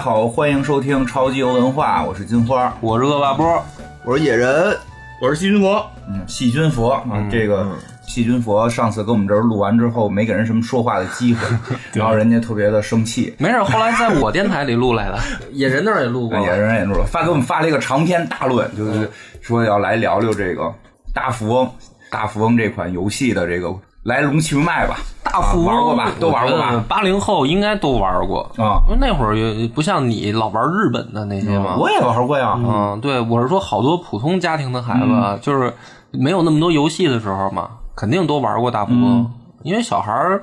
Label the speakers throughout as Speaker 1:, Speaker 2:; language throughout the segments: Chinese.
Speaker 1: 好，欢迎收听超级游文化，我是金花，
Speaker 2: 我是恶霸波，
Speaker 3: 我是野人，
Speaker 4: 我是细菌佛。
Speaker 1: 嗯，细菌佛啊，这个细菌佛上次跟我们这儿录完之后，没给人什么说话的机会， 然后人家特别的生气。
Speaker 2: 没事，后来在我电台里录来的，
Speaker 4: 野人那 儿也录过
Speaker 1: 哎也
Speaker 4: 了，
Speaker 1: 人也录了，发给我们发了一个长篇大论，就是说要来聊聊这个大富翁，大富翁这款游戏的这个来龙去脉吧。
Speaker 2: 大富
Speaker 1: 啊玩过
Speaker 2: 翁
Speaker 1: 吧都玩过吧？
Speaker 2: 八零后应该都玩过
Speaker 1: 啊，
Speaker 2: 因为那会儿也不像你老玩日本的那些嘛。
Speaker 1: 我也玩过呀，
Speaker 2: 嗯，对，我是说好多普通家庭的孩子，
Speaker 1: 嗯
Speaker 2: 就是没有那么多游戏的时候嘛，肯定都玩过大富翁，
Speaker 1: 嗯
Speaker 2: 因为小孩儿，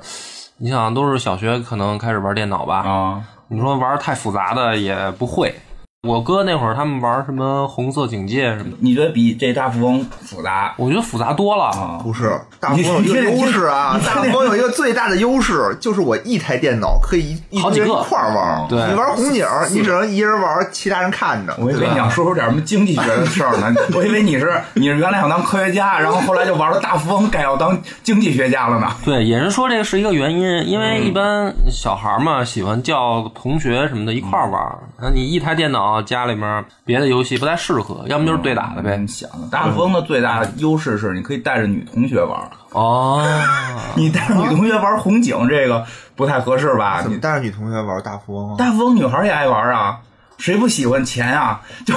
Speaker 2: 你想都是小学可能开始玩电脑吧，
Speaker 1: 啊，
Speaker 2: 你说玩太复杂的也不会。我哥那会儿他们玩什么红色警戒什么的，
Speaker 1: 你觉得比这大富翁复杂
Speaker 2: 我觉得复杂多了。
Speaker 1: 啊？
Speaker 3: 不是大风有一个优势啊，大风有一个最大的优势就是我一台电脑可以一
Speaker 2: 好
Speaker 3: 一
Speaker 2: 几
Speaker 3: 人
Speaker 2: 个
Speaker 3: 一块儿玩儿。
Speaker 2: 对
Speaker 3: 你玩红警，你只能一人玩儿，其他人看着。
Speaker 1: 我以
Speaker 3: 对
Speaker 1: 为你
Speaker 3: 吧
Speaker 1: 想说出点什么经济学的事儿 呢，我以为你是你是原来想当科学家，然后后来就玩了大富翁，改要当经济学家了呢。
Speaker 2: 对，也是说这个是一个原因，因为一般小孩儿嘛，喜欢叫同学什么的一块儿玩儿。那、你一台电脑家里面别的游戏不太适合，要么就是对打的呗。
Speaker 1: 你想，啊大富翁的最大优势是你可以带着女同学玩，啊
Speaker 2: 哦，
Speaker 1: 你带着女同学玩红警这个不太合适吧？
Speaker 3: 怎
Speaker 1: 你
Speaker 3: 么带着女同学玩大富翁啊？
Speaker 1: 大富翁女孩也爱玩啊，谁不喜欢钱啊？就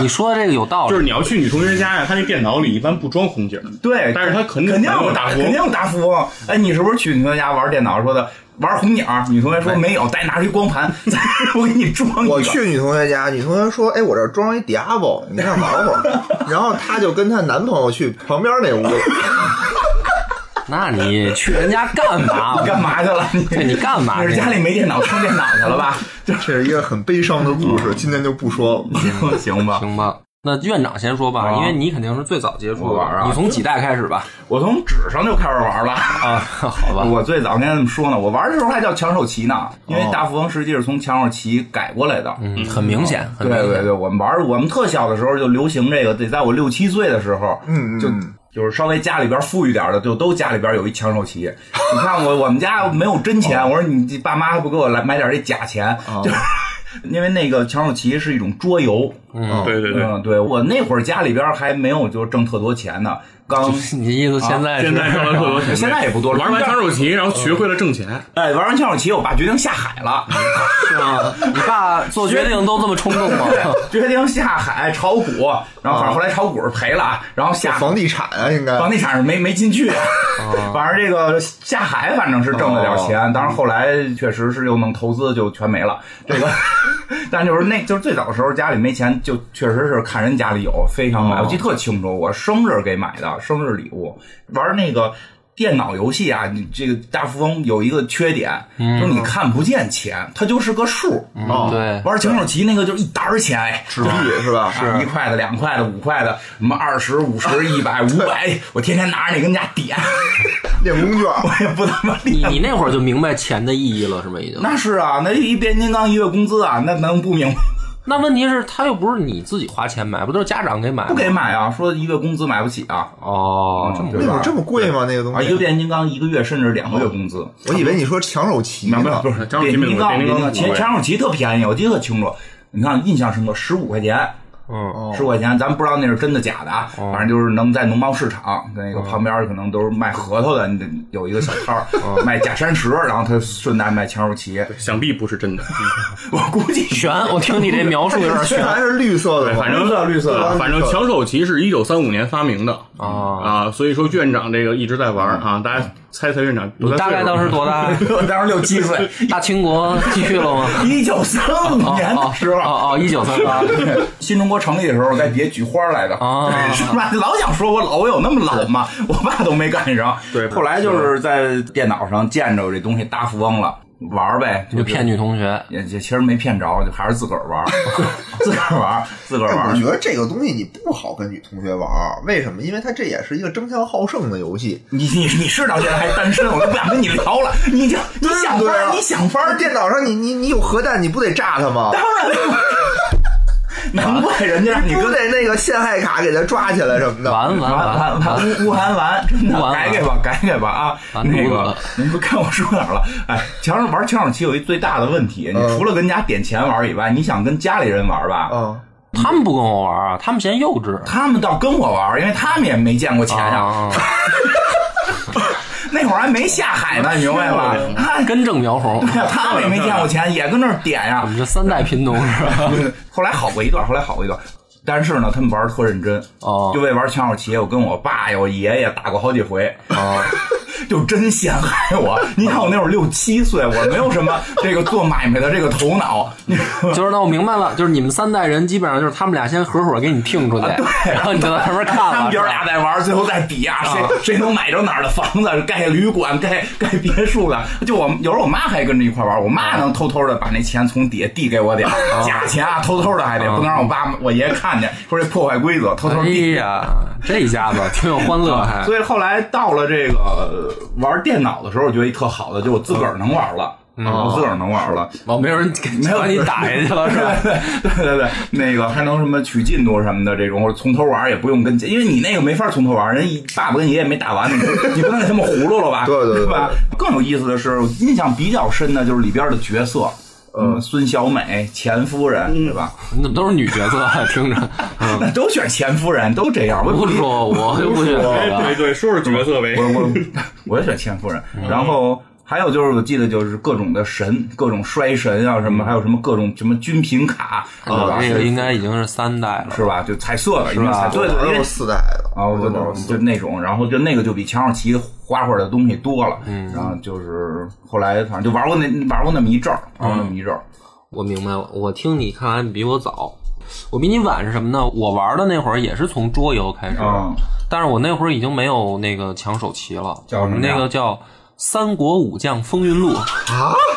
Speaker 2: 你说的这个有道理，
Speaker 4: 就是你要去女同学家呀，她那电脑里一般不装红警，
Speaker 1: 对，
Speaker 4: 但是他肯定
Speaker 1: 肯定
Speaker 4: 有大富
Speaker 1: 肯
Speaker 4: 翁
Speaker 1: 定有大富翁。哎，你是不是去女同学家玩电脑说的玩红警？女同学说没有，再拿出一光盘，再我给你装一个。
Speaker 3: 我去女同学家，女同学说：“哎，我这儿装一 Diablo，你看玩会儿。”然后她就跟她男朋友去旁边那屋了。
Speaker 2: 那你去人家干嘛？
Speaker 1: 你 干嘛去了？你
Speaker 2: 对你干嘛去
Speaker 1: 你 是家里没电脑充电脑去了 吧？就
Speaker 3: 这是一个很悲伤的故事，今天就不说了。
Speaker 1: 行 行吧。
Speaker 2: 嗯行吧。那院长先说吧，
Speaker 1: 啊
Speaker 2: 因为你肯定是最早接触
Speaker 1: 我
Speaker 2: 的
Speaker 1: 玩儿啊
Speaker 2: 你从几代开始吧？
Speaker 1: 我从纸上就开始玩了。
Speaker 2: 啊，好吧，
Speaker 1: 我最早应该这么说呢，我玩的时候还叫抢手棋呢，因为大富翁实际是从抢手棋改过来的。
Speaker 2: 哦嗯，很明显，很
Speaker 1: 对
Speaker 2: 明显
Speaker 1: 对对，我们玩，我们特小的时候就流行这个，得在我六七岁的时候，
Speaker 3: 嗯嗯
Speaker 1: 就
Speaker 3: 嗯
Speaker 1: 就是稍微家里边富裕点的，就都家里边有一抢手棋。
Speaker 2: 哦
Speaker 1: 你看我我们家没有真钱，我说你这爸妈还不给我来买点这假钱，
Speaker 2: 哦
Speaker 1: 就是 因为那个抢手棋是一种桌游，
Speaker 3: 嗯
Speaker 4: 对对对，
Speaker 1: 嗯，对我那会儿家里边还没有就是挣特多钱呢，刚
Speaker 2: 你的意思现在是、
Speaker 4: 哎现在 挣了特多钱，
Speaker 1: 现在也不多了
Speaker 4: 玩完嗯抢手棋，然后学会了挣钱，
Speaker 1: 哎玩完抢手棋，我爸决定下海了，
Speaker 2: 是吗？你爸做决定都这么冲动吗？
Speaker 1: 决定下海炒股，然后反正后来炒股是赔了，啊，然后下
Speaker 3: 房地产啊，应该
Speaker 1: 房地产是没没进去，啊
Speaker 3: 哦
Speaker 1: 反正这个下海反正是挣了点钱，当然后来确实是又弄投资就全没了，这 个。但就是那，就是最早的时候家里没钱，就确实是看人家里有，非
Speaker 3: 哦
Speaker 1: 常买。我记得特清楚，我生日给买的生日礼物，玩那个电脑游戏啊。你这个大富翁有一个缺点，
Speaker 3: 嗯
Speaker 1: 就是你看不见钱，它就是个数。
Speaker 3: 哦
Speaker 2: 嗯对，
Speaker 1: 玩抢手棋那个就是一沓儿钱，哎，
Speaker 3: 纸币是吧？
Speaker 1: 啊一块的、两块的、五块的，什么二十五十、一百、五百，我天天拿着那跟人家点，
Speaker 3: 练功券。
Speaker 1: 我也不他妈
Speaker 2: 你
Speaker 1: 练。
Speaker 2: 你那会儿就明白钱的意义了，是吗？已经。
Speaker 1: 那是啊，那一变形金刚一月工资啊，那能不明白？
Speaker 2: 那问题是，他又不是你自己花钱买，不都是家长给买吗？
Speaker 1: 不给买啊，说一月工资买不起啊
Speaker 2: 哦，这么
Speaker 1: 对
Speaker 3: 那
Speaker 1: 吧
Speaker 3: 会儿这么贵吗？那个东
Speaker 1: 啊！一个
Speaker 3: 西？
Speaker 1: 变形金刚一个月甚至两个月工资，
Speaker 3: 我以为你说抢手棋呢。
Speaker 1: 不是
Speaker 4: 张
Speaker 1: 变
Speaker 4: 启
Speaker 1: 形
Speaker 4: 明
Speaker 1: 金刚，
Speaker 4: 变
Speaker 1: 变形金
Speaker 4: 形金刚
Speaker 1: 刚前抢手棋特便宜，我记得特清楚。你看印象深刻，十五块钱，
Speaker 2: 嗯，哦
Speaker 3: 哦
Speaker 1: 十块钱，咱不知道那是真的假的啊，反正就是能在农贸市场那个旁边可能都是卖核桃的，你得有一个小摊
Speaker 2: 哦
Speaker 1: 儿 卖假山石，然后他顺带卖强肉棋，
Speaker 4: 想必不是真
Speaker 1: 哦 我
Speaker 4: 的。
Speaker 1: 估计
Speaker 2: 悬，我听你这描述有点
Speaker 3: 这
Speaker 2: 悬
Speaker 3: 还是绿色的吗？
Speaker 4: 反正
Speaker 1: 绿色哦
Speaker 3: 的
Speaker 4: 反正抢手棋是一九三五年发明的
Speaker 2: 啊。
Speaker 4: 啊，所以说院长这个一直在玩啊，大家猜猜院长多
Speaker 2: 你
Speaker 4: 大
Speaker 2: 大
Speaker 4: 岁
Speaker 2: 概
Speaker 4: 数
Speaker 2: 当时 多大？
Speaker 1: 我当时六七岁，
Speaker 2: 大清国继续了吗？
Speaker 1: 一九三五
Speaker 2: 哦
Speaker 1: 年的
Speaker 2: 哦
Speaker 1: 时候。
Speaker 2: 哦哦，一九三 八。
Speaker 1: 啊新中国成立的时候，在底下举花来的，
Speaker 2: 哦
Speaker 1: 是吧？老想说我老，我有那么老吗？我爸都没赶上。
Speaker 4: 对
Speaker 1: 后来就是在电脑上见着这东西大富翁了，玩儿呗，
Speaker 2: 你就骗女同学，
Speaker 1: 也也其实没骗着，就还是自个儿 玩儿，自个儿玩儿，自个儿玩
Speaker 3: 哎但我觉
Speaker 1: 儿。
Speaker 3: 得这个东西你不好跟女同学玩儿，为什么？因为它这也是一个争强好胜的游戏。
Speaker 1: 你你你是到现在还单身，我都不想跟你聊了。你就你想法
Speaker 3: 对
Speaker 1: 儿，
Speaker 3: 啊
Speaker 1: 你想法儿，
Speaker 3: 电脑上你你你有核弹，你不得炸它吗？
Speaker 1: 当然了。难怪人家让你
Speaker 3: 不
Speaker 1: 跟
Speaker 3: 得那个陷害卡给他抓起来什么的。
Speaker 2: 完完
Speaker 1: 完
Speaker 2: 完
Speaker 1: 完完乌乌韩完，真
Speaker 2: 乌
Speaker 1: 的
Speaker 2: 韩完
Speaker 1: 改改吧，改改吧啊！
Speaker 2: 完犊子
Speaker 1: 那个
Speaker 2: 了，
Speaker 1: 您不看我说哪儿了？哎，墙上玩墙上棋有一最大的问题，你
Speaker 3: 嗯
Speaker 1: 除了跟家点钱玩以外，你想跟家里人玩吧？
Speaker 3: 嗯，
Speaker 2: 他们不跟我玩啊，他们嫌幼稚。
Speaker 1: 他们倒跟我玩，因为他们也没见过钱呀，
Speaker 2: 啊，
Speaker 1: 那会儿还没下海呢，你明白吧？
Speaker 3: 嗯
Speaker 1: 他
Speaker 2: 根正 苗红，
Speaker 1: 他们也没见过钱，也跟那儿点呀
Speaker 2: 我。们这三代贫农是吧？
Speaker 1: 后来好过一段，后来好过一段。但是呢，他们玩的特认真，
Speaker 2: 哦
Speaker 1: 就为玩墙上棋，我跟我爸、我爷爷打过好几回，
Speaker 2: 啊，
Speaker 1: 就真陷害我。你看我那会儿六七岁，我没有什么这个做买卖的这个头脑，你
Speaker 2: 就是那我明白了，就是你们三代人基本上就是他们俩先合伙给你听出去， 然后你就在旁边看
Speaker 1: 啊他
Speaker 2: 了，
Speaker 1: 们爷
Speaker 2: 是
Speaker 1: 儿俩
Speaker 2: 吧
Speaker 1: 在玩，最后在比啊，谁谁能买着哪儿的房子，盖旅馆、盖 盖别墅的。就我有时候我妈还跟着一块玩，我妈能偷偷的把那钱从底下递给我点儿假钱啊，偷偷的还得不能让我爸我爷看见，说这破坏规则，偷偷
Speaker 2: 哎
Speaker 1: 递。
Speaker 2: 呀，这一家子挺有欢乐，还
Speaker 1: 所以后来到了这个呃玩电脑的时候，我觉得一特好的，就我自个儿能玩了，
Speaker 2: 嗯
Speaker 1: 我自个儿能玩了。
Speaker 2: 哦，没有人
Speaker 1: 没有
Speaker 2: 把你打下去了是 吧？
Speaker 1: 对 对对对，那个还能什么取进度什么的这种，或者从头玩儿也不用跟，因为你那个没法从头玩儿，人一爸爸跟爷爷没打完，你不你不能给他们葫芦了吧？
Speaker 3: 对对对
Speaker 1: 是吧？更有意思的是，我印象比较深的就是里边的角色。嗯，孙小美、钱夫人，
Speaker 3: 嗯
Speaker 1: 对吧？
Speaker 2: 你怎么都是女角色啊？听着，嗯，
Speaker 1: 那都选钱夫人，都这样。我也
Speaker 2: 不
Speaker 1: 理解
Speaker 2: 说， 啊我就不选 这
Speaker 4: 哎
Speaker 2: 个。
Speaker 4: 对对，说说角色呗。
Speaker 1: 我我我也选千夫人，
Speaker 2: 嗯
Speaker 1: 然后。还有就是，我记得就是各种的神，各种衰神啊，什么，还有什么各种什么军品卡，对吧？
Speaker 2: 这哦个应该已经是三代了，
Speaker 1: 是吧？就彩色的，是
Speaker 2: 吧
Speaker 1: 对对，因
Speaker 3: 都
Speaker 1: 为
Speaker 3: 是四代的，
Speaker 2: 哦
Speaker 1: 啊，我就就那种，然后就那个就比墙上棋花花的东西多了，嗯，然后就是后来反正就玩过那玩过那么一阵儿，玩过那么一阵儿，
Speaker 2: 我明白了。我听你看来你比我早，我比你晚是什么呢？我玩的那会儿也是从桌游开始，
Speaker 1: 嗯
Speaker 2: 但是我那会儿已经没有那个抢手棋了，
Speaker 1: 叫什么呀
Speaker 2: 那个叫《三国武将风云录》，
Speaker 1: 啊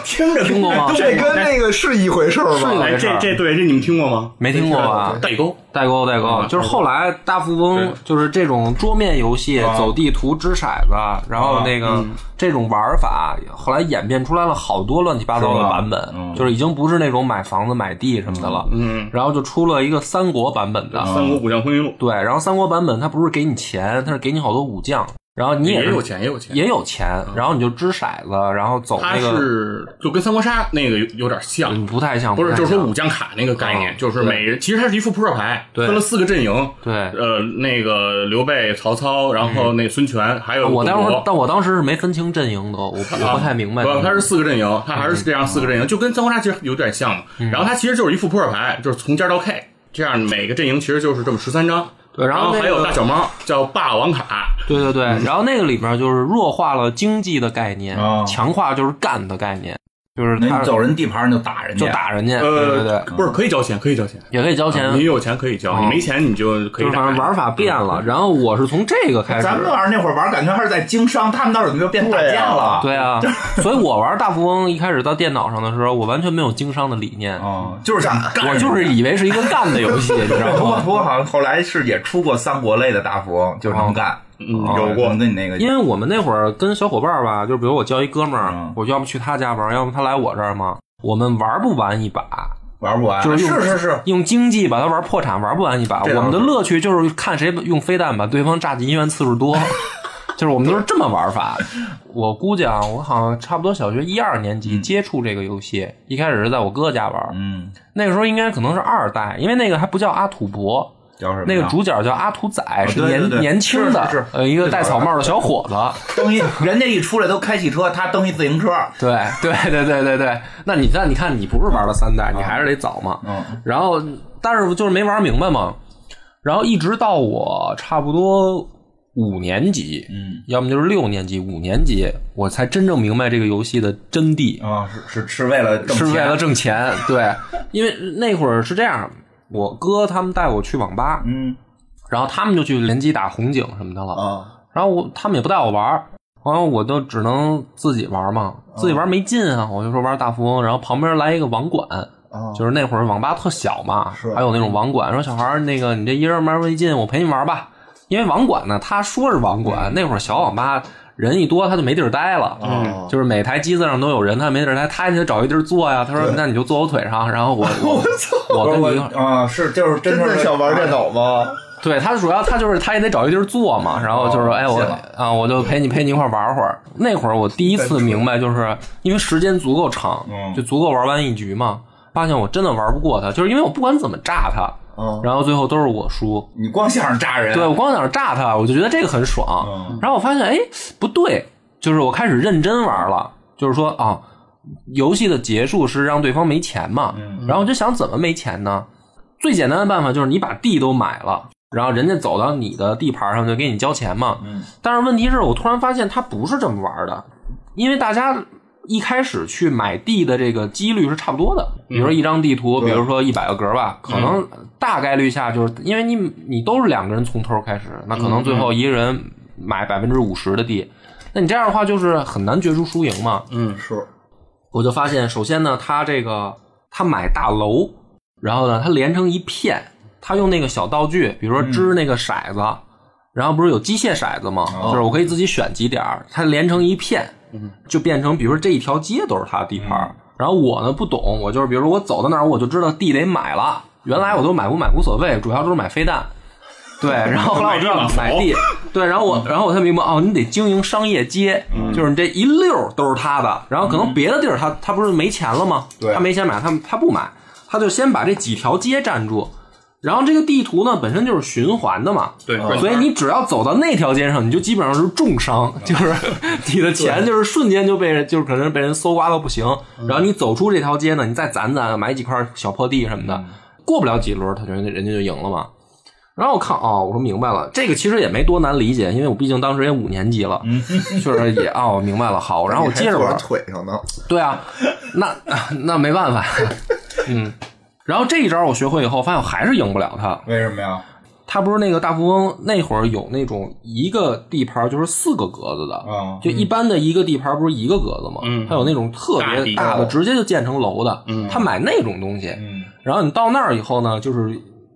Speaker 1: 听着
Speaker 2: 听过吗？
Speaker 3: 这跟那个是一回事儿
Speaker 1: 嗯
Speaker 3: 吗？
Speaker 4: 哎，这这对这你们听过吗？
Speaker 2: 没听过
Speaker 1: 啊
Speaker 2: 吧？
Speaker 4: 代沟，
Speaker 2: 代沟，代沟，
Speaker 4: 啊
Speaker 2: 就是后来大富
Speaker 4: 对啊
Speaker 2: 翁就是这种桌面游戏，走地图、掷骰子，然后那个
Speaker 4: 嗯
Speaker 2: 这种玩法，后来演变出来了好多乱七八糟
Speaker 1: 是
Speaker 2: 的
Speaker 1: 吧
Speaker 2: 版
Speaker 1: 嗯
Speaker 2: 本，就是已经不是那种买房子、买地什么的了，嗯，然后就出了一个三国版本的，
Speaker 4: 三国武将风云录
Speaker 2: 对，然后三国版本它不是给你钱，它是给你好多武将，然后你
Speaker 4: 也
Speaker 2: 是
Speaker 4: 有钱，也有钱。
Speaker 2: 也有钱，然后你就掷骰子，然后走
Speaker 4: 它
Speaker 2: 那个，
Speaker 4: 是就跟三国杀那个有有点像，
Speaker 2: 嗯，不太像，
Speaker 4: 不是，
Speaker 2: 太
Speaker 4: 就是说
Speaker 2: 像
Speaker 4: 武将卡那个概念，
Speaker 2: 啊
Speaker 4: 就是每人其实它是一副扑克牌，
Speaker 2: 对
Speaker 4: 分了四个阵营，
Speaker 2: 对嗯
Speaker 4: 呃，那个刘备、曹操，然后那孙权，还有
Speaker 2: 啊我
Speaker 4: 董
Speaker 2: 当时
Speaker 4: 卓，
Speaker 2: 但我当时是没分清阵营的，我我不太明白。
Speaker 4: 啊不，它是四个阵营，它还
Speaker 2: 嗯
Speaker 4: 是这样四个阵营，就跟三国杀其实有点像嘛。然后它其实就是一副扑克牌，就是从尖到 K，这样每个阵营其实就是这么十三张。
Speaker 2: 对然
Speaker 4: 然
Speaker 2: 后那个
Speaker 4: 还有大小猫叫霸王卡，
Speaker 2: 对对对，
Speaker 1: 嗯
Speaker 2: 然后那个里面就是弱化了经济的概念，
Speaker 1: 啊
Speaker 2: 强化就是干的概念，就是
Speaker 1: 那
Speaker 2: 他
Speaker 1: 你走人地盘你就打人家，
Speaker 2: 就打人家，对对
Speaker 4: 呃
Speaker 2: 对，，
Speaker 4: 不是可以交钱，可以交钱，
Speaker 2: 也可以交钱，
Speaker 1: 啊
Speaker 4: 你有钱可以交，你没钱你就可
Speaker 2: 就
Speaker 4: 以
Speaker 2: 是
Speaker 4: 打。
Speaker 2: 反正玩法变了。然后我是从这个开始，
Speaker 1: 嗯咱们玩那会儿玩，感觉还是在经商，他们那儿怎么就变打架了？
Speaker 2: 对啊，所以我玩大富翁一开始到电脑上的时候，我完全没有经商的理念，
Speaker 1: 嗯，就是想干
Speaker 2: 我
Speaker 1: 人
Speaker 2: 就是以为是一个干的 游戏，你知
Speaker 1: 不
Speaker 2: 道
Speaker 1: 过
Speaker 2: 吗？哦
Speaker 1: 不过好像后来是也出过三国类的大富翁，就是能干，有过跟你那个
Speaker 2: 嗯因为我们那会儿跟小伙伴儿吧，就比如我叫一哥们儿
Speaker 1: 嗯，
Speaker 2: 我要不去他家玩儿，要不他来我这儿嘛，我们玩不完一把，
Speaker 1: 玩不完，
Speaker 2: 就是用
Speaker 1: 是是是，
Speaker 2: 用经济把它玩破产，玩不完一把。
Speaker 1: 倒是
Speaker 2: 我们的乐趣就是看谁用飞弹把对方炸进医院次数 多，就是我们都是这么玩法。我估计啊，我好像差不多小学一二年级接触这个游戏，一开始是在我哥家玩，
Speaker 1: 嗯，
Speaker 2: 那个时候应该可能是二代，因为那个还不叫阿土伯。
Speaker 1: 叫什么呀？哦
Speaker 2: 那个主角叫阿土仔，是
Speaker 1: 对对
Speaker 2: 年
Speaker 1: 对
Speaker 2: 年轻的，
Speaker 1: 是是是
Speaker 2: 呃，一个戴草帽的小伙子，
Speaker 1: 蹬一，人家一出来都开汽车，他蹬一自行车，
Speaker 2: 对对对对对对，那你那你看你不是玩了三代，你还是得早嘛。
Speaker 1: 嗯，
Speaker 2: 然后但是就是没玩明白嘛，然后一直到我差不多五年级，
Speaker 1: 嗯，
Speaker 2: 要么就是六年级、五年级，我才真正明白这个游戏的真谛，
Speaker 1: 啊，是是是为了挣
Speaker 2: 是
Speaker 1: 钱，
Speaker 2: 为了挣钱。对，因为那会儿是这样，我哥他们带我去网吧，
Speaker 1: 嗯哦
Speaker 2: 然后他们就去联机打红警什么的了。
Speaker 3: 啊，
Speaker 2: 然后我他们也不带我玩儿，然后我就只能自己玩嘛，自己玩没劲啊，我就说玩大富翁，然后旁边来一个网管，就是那会儿网吧特小嘛，还有那种网管说小孩儿那个你这一人玩儿没劲，我陪你玩儿吧。因为网管呢，他说是网管，那会儿小网吧人一多他就没地儿待了，
Speaker 3: 哦
Speaker 2: 就是每台机子上都有人，他没地儿待，他也得找一地儿坐呀。他说：“那你就坐我腿上，然 后我我我跟
Speaker 1: 不
Speaker 2: 你
Speaker 1: 是
Speaker 2: 一
Speaker 1: 我
Speaker 2: 块儿
Speaker 1: 啊，是就是真
Speaker 3: 真的
Speaker 1: 是啊
Speaker 3: 想玩电脑吗？
Speaker 2: 对他主要他就是他也得找一地儿坐嘛，然后就是
Speaker 1: 哦
Speaker 2: 哎我
Speaker 1: 是吗
Speaker 2: 啊我就陪你陪你一块儿玩会儿。那会儿我第一次明白，就是因为时间足够长
Speaker 1: 嗯，
Speaker 2: 就足够玩完一局嘛。发现我真的玩不过他，就是因为我不管怎么炸他，
Speaker 1: 嗯
Speaker 2: 然后最后都是我输。
Speaker 1: 你光想着炸人，啊
Speaker 2: 对我光想着炸他，我就觉得这个很爽。
Speaker 1: 嗯
Speaker 2: 然后我发现哎不对，就是我开始认真玩了，就是说啊，游戏的结束是让对方没钱嘛，然后我就想怎么没钱呢？最简单的办法就是你把地都买了。然后人家走到你的地盘上就给你交钱嘛，但是问题是我突然发现他不是这么玩的，因为大家一开始去买地的这个几率是差不多的，比如说一张地图，比如说一百个格吧，可能大概率下就是因为你你都是两个人从头开始，那可能最后一个人买百分之五十的地，那你这样的话就是很难决出输赢嘛。
Speaker 4: 嗯，
Speaker 3: 是，
Speaker 2: 我就发现，首先呢，他这个他买大楼，然后呢，他连成一片，他用那个小道具，比如说织那个骰子，然后不是有机械骰子吗？就是我可以自己选几点儿，它连成一片，就变成比如说这一条街都是他的地盘儿。然后我呢不懂，我就是比如说我走到哪儿，我就知道地得买了。原来我都买不买无所谓，主要都是买飞弹。对，然后后来我知道买
Speaker 4: 买地
Speaker 2: 地，对，然后我，然后我才明白，哦，你得经营商业街，就是你这一溜儿都是他的，然后可能别的地儿他他不是没钱了吗？
Speaker 1: 对
Speaker 2: 他没钱买，他他不买，他就先把这几条街占住，然后这个地图呢本身就是循环的嘛，
Speaker 4: 对，转
Speaker 2: 所以你只要走到那条街上，你就基本上是重伤，就是你的钱就是瞬间就被人，就是可能被人搜刮到不行。然后你走出这条街呢，你再攒攒，买几块小破地什么的，过不了几轮，他觉得人家就赢了嘛。然后我看哦，我说明白了，这个其实也没多难理解，因为我毕竟当时也五年级了，就是也哦明白了，好，然后我接着
Speaker 3: 你还
Speaker 2: 玩
Speaker 3: 坐，腿上呢，
Speaker 2: 对啊，那那没办法，嗯。然后这一招我学会以后，发现我还是赢不了他，
Speaker 1: 为什么呀？
Speaker 2: 他不是那个大富翁那会儿有那种一个地盘就是四个格子的，
Speaker 1: 嗯
Speaker 2: 就一般的一个地盘不是一个格子吗？
Speaker 4: 嗯
Speaker 2: 他有那种特
Speaker 4: 大
Speaker 2: 别
Speaker 4: 地
Speaker 2: 大的，直接就建成楼的。他买那种东西，
Speaker 1: 嗯
Speaker 2: 然后你到那儿以后呢，就是